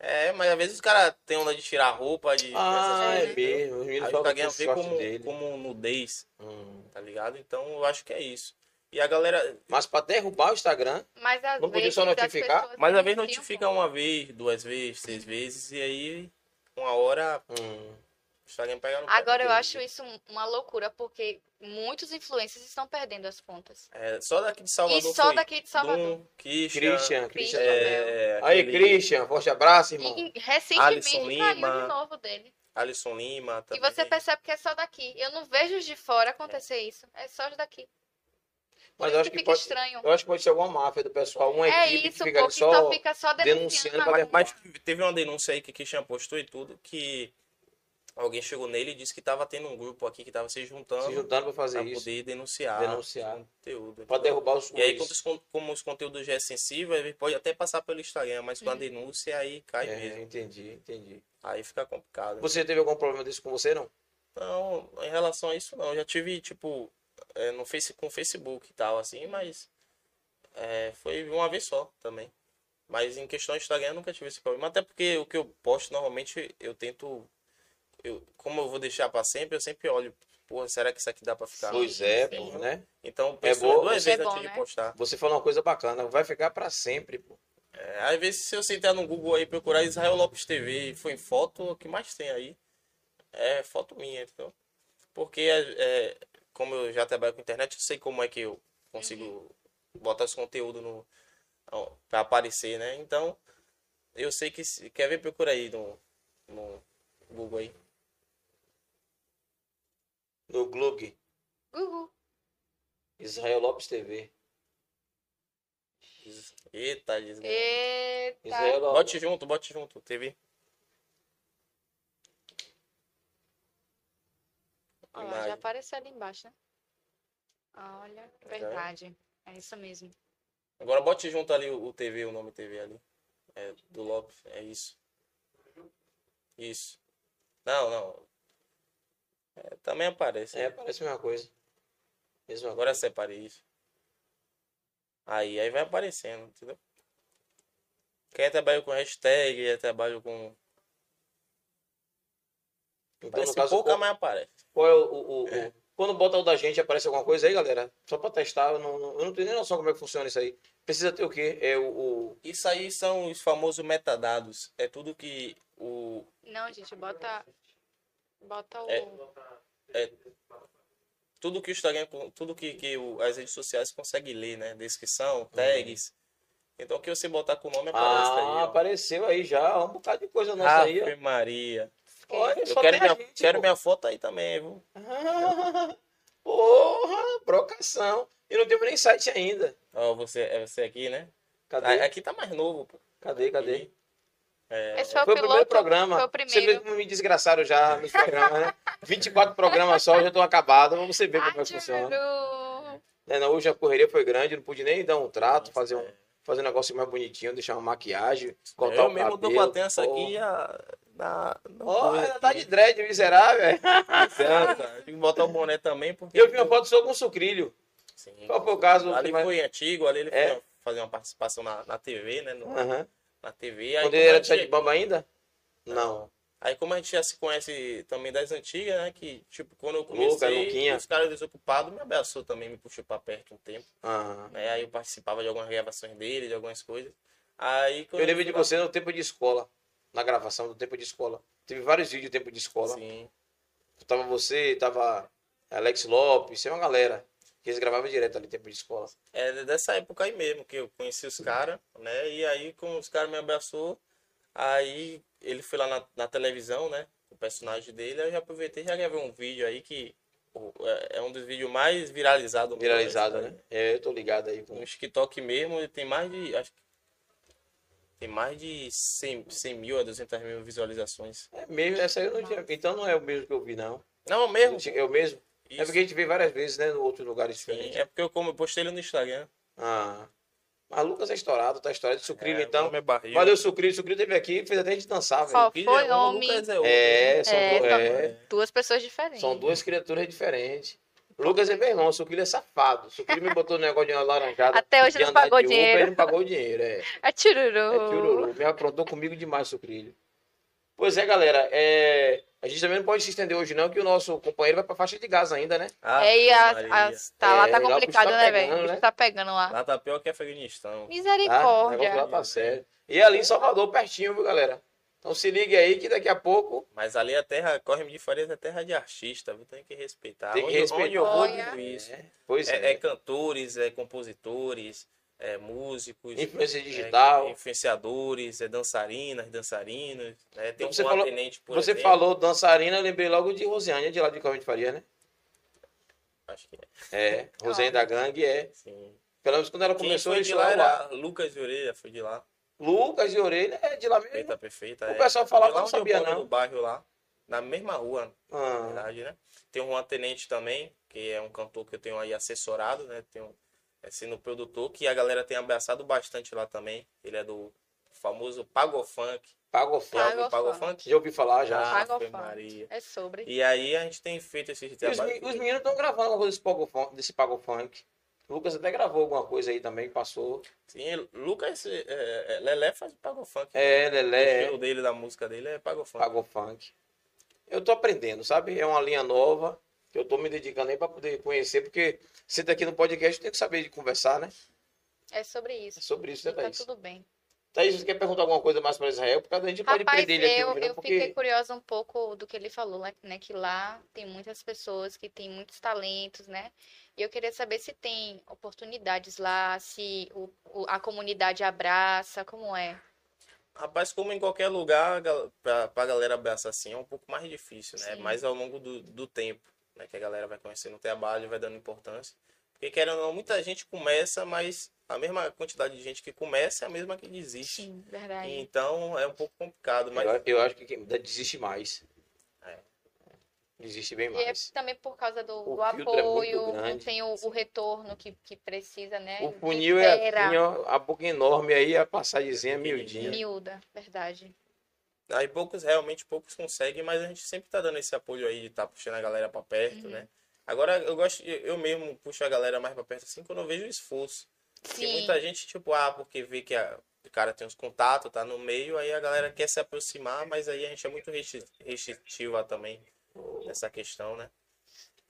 É, mas às vezes os caras têm onda de tirar roupa, de... Ah, essas é coisas, entendeu? mesmo. Os Aí o meninos jogam Instagram com vê sorte dele. como, como nudez. Hum. tá ligado? Então eu acho que é isso. E a galera, Mas pra derrubar o Instagram, Mas às Não podia vezes só as notificar? pessoas mais têm um uma vez tempo. notifica um uma vez, duas vezes, três vezes, e aí uma hora hum, o Instagram pega no pé Agora eu dele. acho isso uma loucura, porque muitos influencers estão perdendo as contas. É, só daqui de E Salvador. só foi daqui de Salvador. Dum, Christian. Christian, Christian. Christian. é, Aí, aquele Christian, forte abraço, irmão. E Alisson recentemente saiu Lima. de novo dele. Alisson Lima E também. você percebe que é só daqui. Eu não vejo os de fora acontecer isso. É só os daqui. Por Mas isso eu acho que que fica pode, estranho. eu acho que pode ser alguma máfia do pessoal, uma É equipe isso, pô, que fica ali que só... só fica só denunciando denunciando. pra a derrubar. conta. Mas teve uma denúncia aí que Christian postou e tudo, que alguém chegou nele e disse que tava tendo um grupo aqui que tava se juntando, se juntando pra fazer pra isso, poder denunciar Denunciar. esse conteúdo. pra derrubar os E aí, os- quando os, con- como os conteúdos já é sensível, ele pode até passar pelo Instagram, mas Uhum. com a denúncia aí cai É, mesmo. entendi, entendi. Aí fica complicado. né? Você teve algum problema disso com você, não? Não, em relação a isso não. Eu já tive, tipo, é, no face, com o Facebook e tal, assim, mas é, foi uma vez só também. Mas em questão do Instagram eu nunca tive esse problema. Até porque o que eu posto normalmente eu tento. Eu, como eu vou deixar pra sempre, eu sempre olho. Porra, será que isso aqui dá pra ficar? Sim. Pois é, pô, sim. né? Então, eu penso bom. duas É vezes bom, antes de né? postar. Você falou uma coisa bacana, vai ficar pra sempre, pô. É, Às vezes, se você entrar no Google aí e procurar Israel Lopes TV e for em foto, o que mais tem aí é foto minha, entendeu? Porque, é, é, como eu já trabalho com internet, eu sei como é que eu consigo botar esse conteúdo no, ó, pra aparecer, né? Então, eu sei que... se- Quer ver? Procura aí no, no Google aí. No Glug, Gugu. Israel Lopes TV. Eita, desgraça. Eita. Israel Lopes. Bote junto, bote junto, TV. Olha lá, Imagem. já tá. apareceu ali embaixo, né? Olha, verdade. É isso mesmo. Agora bote junto ali o o TV, o nome TV ali. É, do Lopes, é isso. Isso. Não, não. É, também aparece. É, né? parece a mesma coisa. Mesma Agora coisa. separei isso. Aí, aí vai aparecendo, entendeu? Quem é trabalha com hashtag, quem é trabalha com. Então, no Parece caso, pouca, Então, qual, mas aparece. qual é o, o, o- o- Quando bota o da gente, aparece alguma coisa aí, galera. Só pra testar, eu não, não- eu não tenho nem noção como é que funciona isso aí. Precisa ter o quê? É o. o- Isso aí são os famosos metadados. É tudo que o. Não, gente, bota. Bota o. É. Tudo que o Instagram, tudo que, que o- as redes sociais conseguem ler, né? Descrição, tags. Então o que você botar com o nome aparece Uhum. Ah, aí. apareceu aí já. Um bocado de coisa Ó. nossa aí, ó. Ave Maria. Olha, Eu só quero, tem a minha, gente, quero pô. minha foto aí também, viu? Ah, Porra, brocação. E não temos nem site ainda. Ó, você, é você aqui, né? Cadê? Ah, Aqui tá mais novo, pô. Cadê, Uhum. cadê? Esse foi o Foi o piloto. primeiro programa. Foi o Você vê primeiro. como me desgraçaram já nos programas, né? 24 programas só, eu já tô acabado. Vamos você Ah, ver como é que funciona. Adoro. Né, não, hoje a correria foi grande, não pude nem dar um trato, fazer é. um, fazer um negócio mais bonitinho, deixar uma maquiagem, cortar eu o mesmo cabelo. tô batendo essa aqui porra. a. Na, na Ó, ela tá de dread, miserável. é. Tem que botar o boné também, porque. Eu vi uma foto só com sucrilho. Sim. Qual foi o caso? Ali que mais- foi antigo, ali ele É. foi fazer uma participação na, na TV, né? no- Aham. na TV. Quando Aí como, é ele a era do gente, Sete Bamba ainda? Não. aí como a gente já se conhece também das antigas, né? Que, tipo, quando eu Luca, comecei, Luquinha. os caras desocupados me abraçou também, me puxou pra perto um tempo. Ah. Né, aí eu participava de algumas gravações dele, de algumas coisas. Aí quando Eu lembro de fui lá- você no tempo de escola, na gravação do tempo de escola. Teve vários vídeos do tempo de escola. Sim. Tava você, tava Alex Lopes, tinha uma galera que eles gravavam direto ali tempo de escola. É dessa época aí mesmo que eu conheci os caras, né? E aí, como os caras me abraçou, aí ele foi lá na, na televisão, né? O personagem dele, aí eu já aproveitei e já gravei um vídeo aí que o- é- é um dos vídeos mais viralizados. meu, Viralizado, esse né? daí. É, eu tô ligado aí com No Um TikTok mesmo, ele tem mais de. Acho que tem mais de 100, 100 mil a 200 mil visualizações. É mesmo, essa aí eu não tinha. Então não é o mesmo que eu vi, não. Não, mesmo. É o mesmo? É Isso, porque a gente vê várias vezes, né? Em outros lugares sim. diferentes. É porque eu como, eu postei ele no Instagram. Ah. Mas Lucas é estourado, tá estourado. Sucrilho, É, o então. nome é barril. Valeu, Sucrilho. Sucrilho teve aqui, fez até a gente dançar, velho. Só Filho foi é um, homem. Lucas é outro. É, são, É, du- só- é, Duas pessoas diferentes. são duas criaturas diferentes. Lucas é meu irmão, Sucrilho é safado. Sucrilho me botou no negócio de uma laranjada. Até hoje de não andar pagou de Uber, dinheiro. ele não pagou o dinheiro, é. É tiruru. É tchururu. Me aprontou comigo demais, Sucrilho. Pois é, galera. é, A gente também não pode se estender hoje, não, que o nosso companheiro vai pra faixa de gás ainda, né? Ah, É, e a- Maria. as- tá, lá É, tá lá o bicho complicado, né, tá pegando, velho? O bicho né? tá pegando lá. Lá tá pior que Afeganistão. Tá? O negócio Misericórdia. lá tá sério. E ali em Salvador, pertinho, viu, galera? Então se ligue aí que daqui a pouco. Mas ali a terra, Corre-me de Farias é terra de artista, viu? Tem que respeitar. Tem que Tá, Onde- respeitar. Onde eu vou, eu digo Olha. isso. É, pois É, é. é cantores, é compositores, é músicos. Influência é digital. influenciadores, é dançarinas, dançarinos. né? Tem Então Você um falou- tenente, por Você exemplo. falou dançarina, eu lembrei logo de Rosiane, é de lá de Calvin de Faria, né? Acho que é, É, Rosiane da Gangue é. sim. Pelo menos quando ela Quem começou, foi eles de lá estavam era Lucas de Orelha, foi de lá. Lucas de Orelha é de lá mesmo. Perfeita, perfeita. O é. pessoal falava, De eu lá não onde eu sabia, moro, não. No bairro lá, na mesma rua, na Ah, verdade, né? Tem um Juan Tenente também, que é um cantor que eu tenho aí assessorado, né? Tenho é, sendo produtor, que a galera tem abraçado bastante lá também. Ele é do famoso Pagofunk. Pagofã. Pagofã. Pagofunk. Pagofunk? Já ouvi falar já. Ah, Pagofunk. Ave Maria. É sobre. E aí a gente tem feito esses E os, trabalhos. me- os meninos estão gravando alguma coisa desse pagofunk, desse pagofunk. O Lucas até gravou alguma coisa aí também, que passou. Sim, Lucas, é, é, Lelé faz Pagofunk. É, O Lelé. estilo dele, da música dele é Pagofunk. pagou funk. Eu tô aprendendo, sabe? É uma linha nova que eu tô me dedicando aí para poder conhecer, porque você tá aqui no podcast tem que saber de conversar, né? É sobre isso. É sobre isso, E né, tá Thaís? tudo bem. Thaís, Tá, você quer perguntar alguma coisa mais para Israel? Porque a gente pode Rapaz, perder ele aqui eu, hoje, não, eu porque fiquei curiosa um pouco do que ele falou, lá, né? Que lá tem muitas pessoas que têm muitos talentos, né? E eu queria saber se tem oportunidades lá, se o- o- a comunidade abraça, como é? Rapaz, como em qualquer lugar, a gal- pra, pra galera abraçar assim é um pouco mais difícil, né? Sim. Mas ao longo do, do tempo, né? Que a galera vai conhecendo o trabalho, vai dando importância. Porque, querendo ou não, muita gente começa, mas a mesma quantidade de gente que começa é a mesma que desiste. Sim, verdade. Então é um pouco complicado, mas eu, eu acho que quem desiste mais. É. Desiste bem E é mais. também por causa do, O do filtro é muito apoio, não grande. tem o, o retorno que, que precisa, né? O funil é Espera. assim, ó, a boca enorme aí, a passagemzinha miudinha. Miúda, verdade. aí poucos realmente poucos conseguem, mas a gente sempre tá dando esse apoio aí de estar puxando a galera pra perto, Uhum. né? Agora eu gosto, eu eu mesmo puxo a galera mais pra perto assim quando eu vejo o esforço. Porque Sim, muita gente, tipo, ah, porque vê que a- o cara tem uns contatos, tá no meio, aí a galera quer se aproximar, mas aí a gente é muito restri- restritiva também nessa questão, né?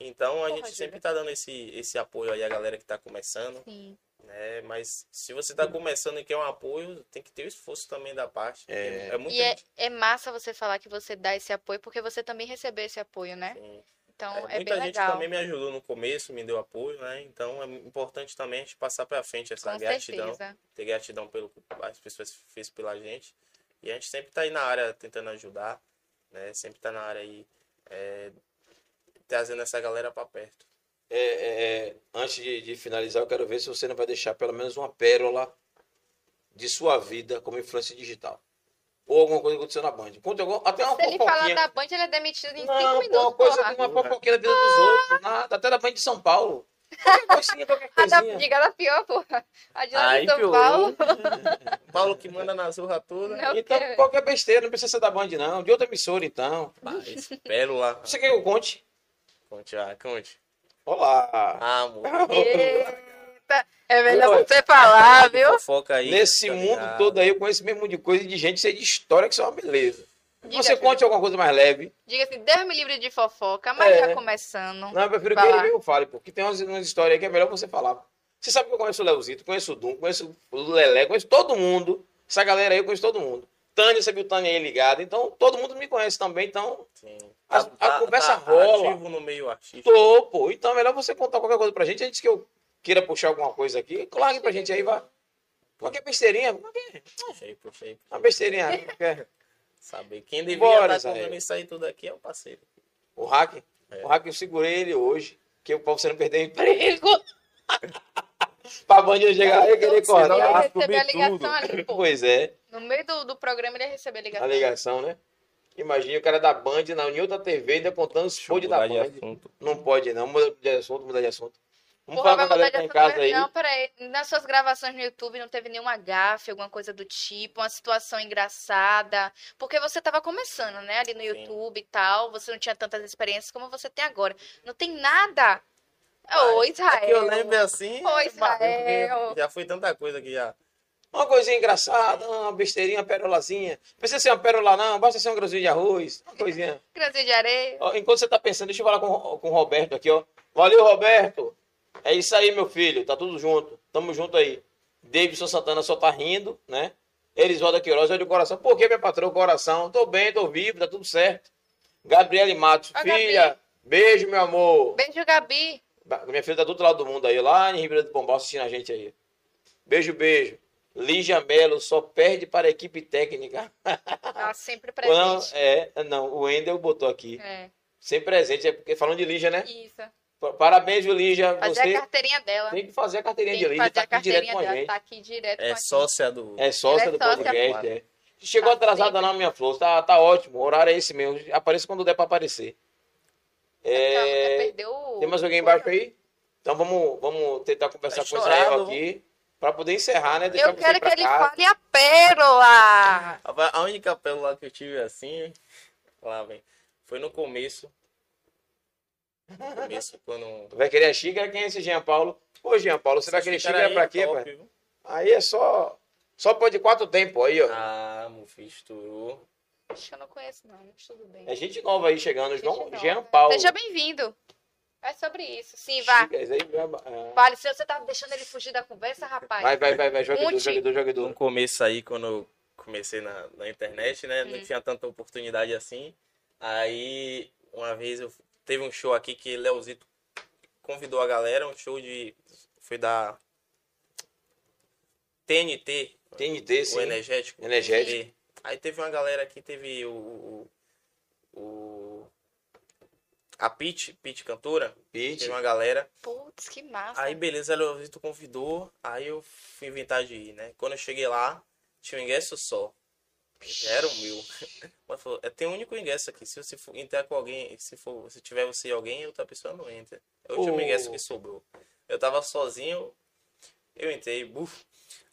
Então Porra, a gente sempre Júlia. tá dando esse, esse apoio aí à galera que tá começando, Sim. né? Mas se você tá começando e quer um apoio, tem que ter o esforço também da parte. porque É. É muito E é, é massa você falar que você dá esse apoio, porque você também recebeu esse apoio, né? Sim. Então É, é, muita bem gente legal. também me ajudou no começo, me deu apoio, né? Então é importante também a gente passar pra frente essa Com gratidão, certeza. ter gratidão pelo que as pessoas fez pela gente. E a gente sempre tá aí na área tentando ajudar, né? Sempre tá na área aí é, trazendo essa galera pra perto. É, é, é, antes de, de finalizar, eu quero ver se você não vai deixar pelo menos uma pérola de sua vida como influência digital. Ou alguma coisa que aconteceu na Band. Conta algum- até uma Se ele falar fofoquinha. da Band, ele é demitido em Não, cinco pô, minutos, uma coisa, porra. uma fofoquinha da vida dos outros. Nada, até da Band de São Paulo. Qualquer coisinha, qualquer A da, coisinha. diga da pior, porra. A de lá Aí de São piorou. Paulo. Paulo que manda na surra toda. Não, Então, quero. qualquer besteira, não precisa ser da Band, não. De outra emissora, então. Mas, pérola. Você quer que eu conte? Conte, ah, conte. Olá. Ah, amor. Eita, é melhor Oi. você falar, viu? Fofoca aí. Nesse tá mundo ligado? todo aí, eu conheço mesmo de coisa e de gente, sei de história, que isso é uma beleza. Diga, você conte alguma coisa mais leve. Diga assim, Deus me livre de fofoca, mas É. já começando. Não, eu prefiro Vai que lá. ele mesmo fale, porque tem umas, umas histórias aí que é melhor você falar. Você sabe que eu conheço o Leozito, conheço o Dum, conheço o Lelé, conheço todo mundo. Essa galera aí eu conheço todo mundo. Tânia, você viu Tânia aí ligada, então todo mundo me conhece também, então Sim. a- Tá- a tá- conversa tá rola. Ativo no meio artístico. tô, pô. Então é melhor você contar qualquer coisa pra gente antes que eu queira puxar alguma coisa aqui. Claro pra gente aí, vai. Qualquer besteirinha, qualquer- Puxei, puxei. puxei. uma besteirinha. qualquer. Saber quem devia Bora, estar Zé. comprando isso aí tudo aqui é o parceiro. O hack, É. o hack eu segurei ele hoje, que eu- pra você não perder o emprego. pra bandida chegar lá e querer Senão ele ela cortar. vai recebeu a subir ligação tudo. ali, pô. Pois é. No meio do, do programa ele recebeu a a ligação. ligação, né? Imagina o cara da Band na União da TV ainda contando os shows da Mudar de Band. assunto. Não pode, não. Muda de assunto, muda de assunto. Vamos Porra, falar vai com a mudar galera de que tá em assunto. casa mas aí. Não, peraí. Nas suas gravações no YouTube não teve nenhuma gafe, alguma coisa do tipo, uma situação engraçada. Porque você tava começando, né? Ali no YouTube e tal. Você não tinha tantas experiências como você tem agora. Não tem nada. Ô, É que eu Israel. lembro assim. Ô, Israel. Já foi tanta coisa que já. Uma coisinha engraçada, uma besteirinha, uma perolazinha. Não precisa ser uma perola, não. Basta ser um grãozinho de arroz. Uma coisinha. Grãozinho de areia. Ó, enquanto você tá pensando, deixa eu falar com, o- com o Roberto aqui, ó. Valeu, Roberto. É isso aí, meu filho. Tá tudo junto. Tamo junto aí. Davidson Santana só tá rindo, né? Elisvalda Queiroz, olha o coração. Por que, minha patroa, o coração? Tô bem, tô vivo, tá tudo certo. Gabriele Matos, Ó, filha, Gabi. beijo, meu amor. Beijo, Gabi. Ba- Minha filha tá do outro lado do mundo aí, lá em Ribeirão do Pombal, assistindo a gente aí. Beijo, beijo. Lígia Melo só perde para a equipe técnica. Ah, Tá sempre Não, presente. é, não, o Endel botou aqui. É, Sem presente, é porque falando de Lígia, né? isso. Pa- Parabéns, viu, Lígia. Fazer Você a carteirinha dela. tem que fazer a carteirinha Tem que de Lígia, fazer tá a aqui direto carteirinha com a dela. gente. Tá aqui direto com É a gente. sócia do. É sócia Ela é do sócia. podcast, é. Chegou Tá atrasada sempre. não, minha flor. Tá, tá ótimo, o horário é esse mesmo. Apareça quando der pra aparecer. Ela É, até perdeu o- Tem mais alguém embaixo aí? Então vamos, vamos tentar conversar Tá com o Israel estourado, aqui para poder encerrar, né? Deixar Eu você quero que pra ele casa. fale a pérola. Rapaz, A única pérola que eu tive assim, lá vem, foi no começo. No começo, quando. Vai querer a xícara? Quem é esse Jean Paulo? Ô, Jean Paulo, você vai querer Esse cara xícara aí, pra quê, top, pai? viu? Aí é só. Só pode quatro tempos aí, ó. Ah, meu filho, estourou. Acho que eu não conheço, não, mas tudo bem. É gente nova aí chegando, Gente João nova. Jean Paulo. Seja bem-vindo. É sobre isso. Sim, vá. Xícaras aí, vai- Fale, se você tá deixando ele fugir da conversa, rapaz. Vai, vai, vai, vai, jogador, Mute. jogador, No jogador. começo aí, quando eu comecei na, na internet, né? Não Hum. tinha tanta oportunidade assim. Aí, uma vez, eu, teve um show aqui que Leozito convidou a galera, um show de... Foi da TNT, TNT, Um o sim. Energético. Energético. E Aí teve uma galera aqui, teve o... o, o- a Pete, Pete cantora, Pete. teve uma galera. Putz, que massa. Aí beleza, Leozito convidou, aí eu fui inventar de ir, né? Quando eu cheguei lá, tinha um ingresso só. Já era o meu. Mas falou, é, tem um único ingresso aqui. Se você for entrar com alguém, se for, se tiver você e alguém, outra pessoa não entra. É o último Oh. ingresso que sobrou. Eu tava sozinho, eu entrei, buf.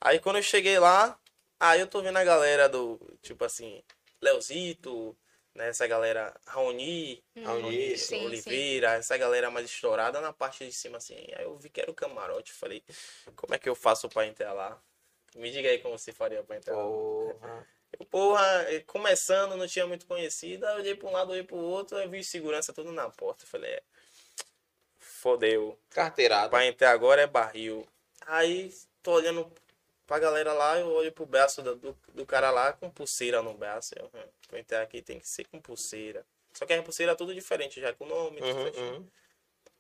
Aí quando eu cheguei lá, aí eu tô vendo a galera do, tipo assim, Leozito, né? Essa galera, Raoni, Raoni, Raoni, sim, Oliveira, essa galera mais estourada na parte de cima, assim. Aí eu vi que era o camarote. Falei, como é que eu faço pra entrar lá? Me diga aí como você faria pra entrar lá. Porra. Eu, porra, eh, começando, não tinha muito conhecido. Aí eu olhei pra um lado, olhei pro outro, aí vi segurança tudo na porta. Falei, é, fodeu. Carteirada. Pra entrar agora é barril. Aí tô olhando pra galera lá, eu olho pro braço do, do, do cara lá com pulseira no braço. Eu, hum, pra entrar aqui tem que ser com pulseira. Só que a pulseira é tudo diferente já, com nome, tudo Uhum, certinho. uhum.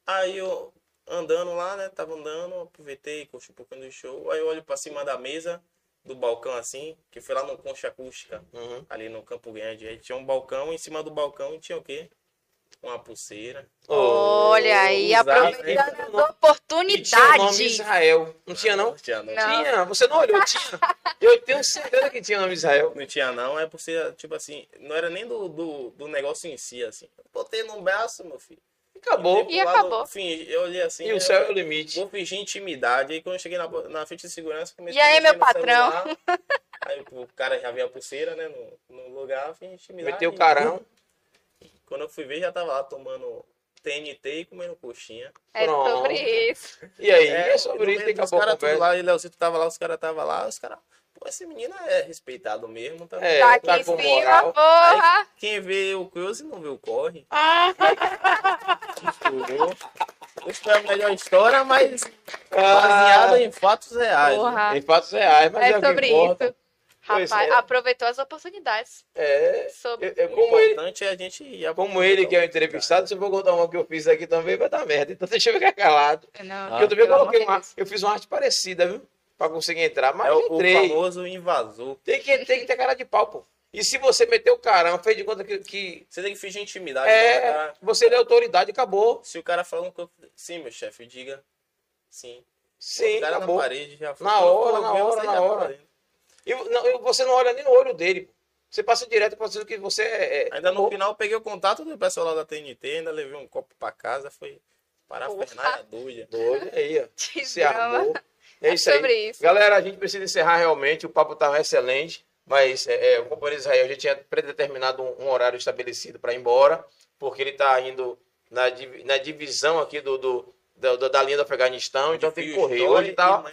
Aí eu andando lá, né? Tava andando, aproveitei, curti um pouquinho do show. Aí eu olho pra cima da mesa, do balcão assim, que foi lá no Concha Acústica, uhum. ali no Campo Grande. Aí tinha um balcão, em cima do balcão tinha o quê? Uma pulseira. Olha aí, usar- aproveitando a E tinha é o nome oportunidade. Israel. Não tinha, não? Não tinha não. Não. Tinha, você não olhou, tinha. Eu tenho certeza que tinha o nome Israel. Não tinha não, é pulseira, tipo assim, não era nem do, do, do negócio em si, assim. Eu botei no braço, meu filho. Acabou. Entrei E pro lado, acabou. fingi- eu olhei assim, E eu- o céu é o limite. Vou fingir intimidade. Aí quando eu cheguei na, bo- na frente de segurança, comecei E aí, a mexer meu no patrão? celular. Aí o cara já viu a pulseira, né? No, no lugar, eu fingi intimidade. Meteu o carão. Quando eu fui ver, já tava lá tomando TNT e comendo coxinha. É Pronto. sobre isso. E aí? É, É, sobre isso que os acabou a caras tudo conversa. lá, e Leozito tava lá, os caras tava lá, os caras. Pô, esse menino é respeitado mesmo, tá? É, tá tá aqui em com cima, moral. porra. Quem vê o Cruze não vê o corre. ah, Entendeu? Isso é a melhor história, mas baseada em fatos reais. né? Porra. Em fatos reais, mas É o que sobre importa. isso. Pois Rapaz, é. aproveitou as oportunidades. É, Sobre... é, é O como ele, importante é a gente ir como ele que é o entrevistado, se eu for contar uma que eu fiz aqui também, vai dar merda. Então deixa eu ficar calado. Não, Ah. Porque eu também pelo amor coloquei de uma. Deus. Eu fiz uma arte parecida, viu? Pra conseguir entrar, mas É o, o entrei. famoso invasor. Tem que, tem que ter cara de pau, pô. E se você meteu o carão, fez de conta que, que Você tem que fingir intimidade. né, é, cara? você é autoridade, acabou. Se o cara falando que eu... Sim, meu chefe, diga. Sim. Sim, o cara acabou. na parede já Na Quando eu hora, coloquei, na eu hora, saí na da hora. parede. E não, e você não olha nem no olho dele. Você passa direto para que você é. é- Ainda no Pô, final eu peguei o contato do pessoal lá da TNT, ainda levei um copo pra casa, foi parafernália doida. doido aí, ó. Que Se drama. armou. É isso aí. sobre isso. Galera, a gente precisa encerrar realmente. O papo tá excelente. Mas é, é, o companheiro Israel já tinha predeterminado um, um horário estabelecido para ir embora, porque ele tá indo na, div- na divisão aqui do, do- da, da- da linha do Afeganistão, então tem que correr. Hoje tá,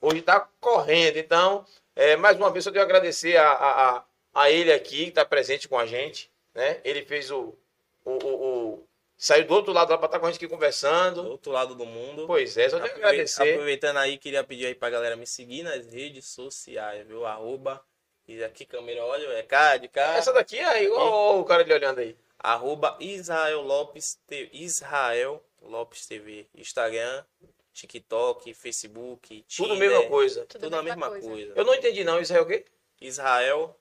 hoje tá correndo. Então, é, mais uma vez, eu tenho que agradecer a, a, a, a ele aqui, que está presente com a gente. Né? Ele fez o, o, o- o- Saiu do outro lado lá para estar com a gente aqui Do conversando. outro lado do mundo. Pois é, só tenho que Aprovei- agradecer. Aproveitando aí, queria pedir aí pra galera me seguir nas redes sociais, viu? Arroba. E aqui, câmera, olha, é cá, de cá. Essa daqui é igual ó, o cara ali olhando aí. arroba Israel Lopes, T- Israel Lopes TV, Instagram, TikTok, Facebook, Tudo a Tinder, mesma coisa. Tudo, a mesma coisa. Eu não entendi, não. Israel o quê? Israel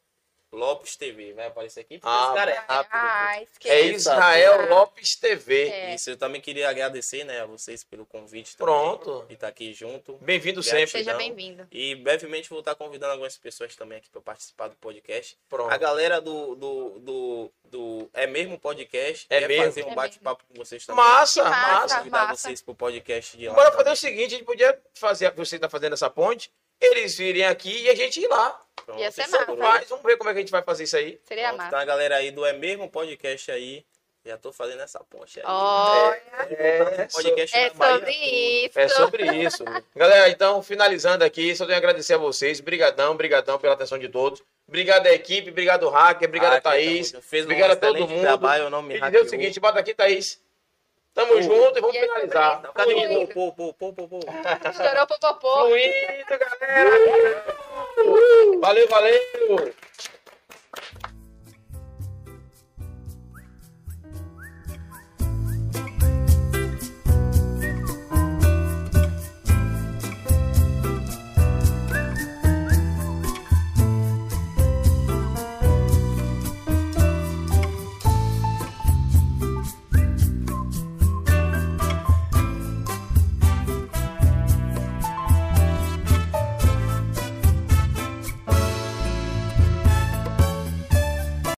Lopes TV, vai aparecer aqui, porque Ah, esse cara é rápido. Ah, É esqueci. Israel Lopes TV. É. Isso, eu também queria agradecer, né, a vocês pelo convite também, Pronto. de estar aqui junto. Bem-vindo Gratidão. sempre. tá? Seja bem-vindo. E brevemente vou estar convidando algumas pessoas também aqui para participar do podcast. A Pronto. galera do, do, do, do É Mesmo Podcast É quer mesmo. fazer um É bate-papo com vocês também. Massa, Massa. massa. convidar massa. um vocês pro podcast de lá. Bora fazer também. o seguinte, a gente podia fazer, você está fazendo essa ponte, eles virem aqui e a gente ir lá. Pronto, Ia ser isso é massa. bom. Faz, vamos ver como é que a gente vai fazer isso aí. Seria Pronto, massa. Então a galera aí do É Mesmo Podcast aí, já tô fazendo essa ponte tá- aí. Olha, É, podcast é na Bahia sobre isso. É sobre isso. Galera, então, finalizando aqui, só tenho a agradecer a vocês. Brigadão, brigadão pela atenção de todos. Obrigado à equipe, obrigado Hacker, toda. obrigado Ah, a Thaís. que Fez um é obrigado a todo excelente mundo. trabalho, não me E dizer o hackeou. seguinte, bota aqui, Thaís. Tamo Uhum. junto e vamos E é sobre finalizar. isso. Cadê Fluindo. o pô, pô, pô, pô, pô? Estourou popopô. Fluindo, galera! Valeu, valeu!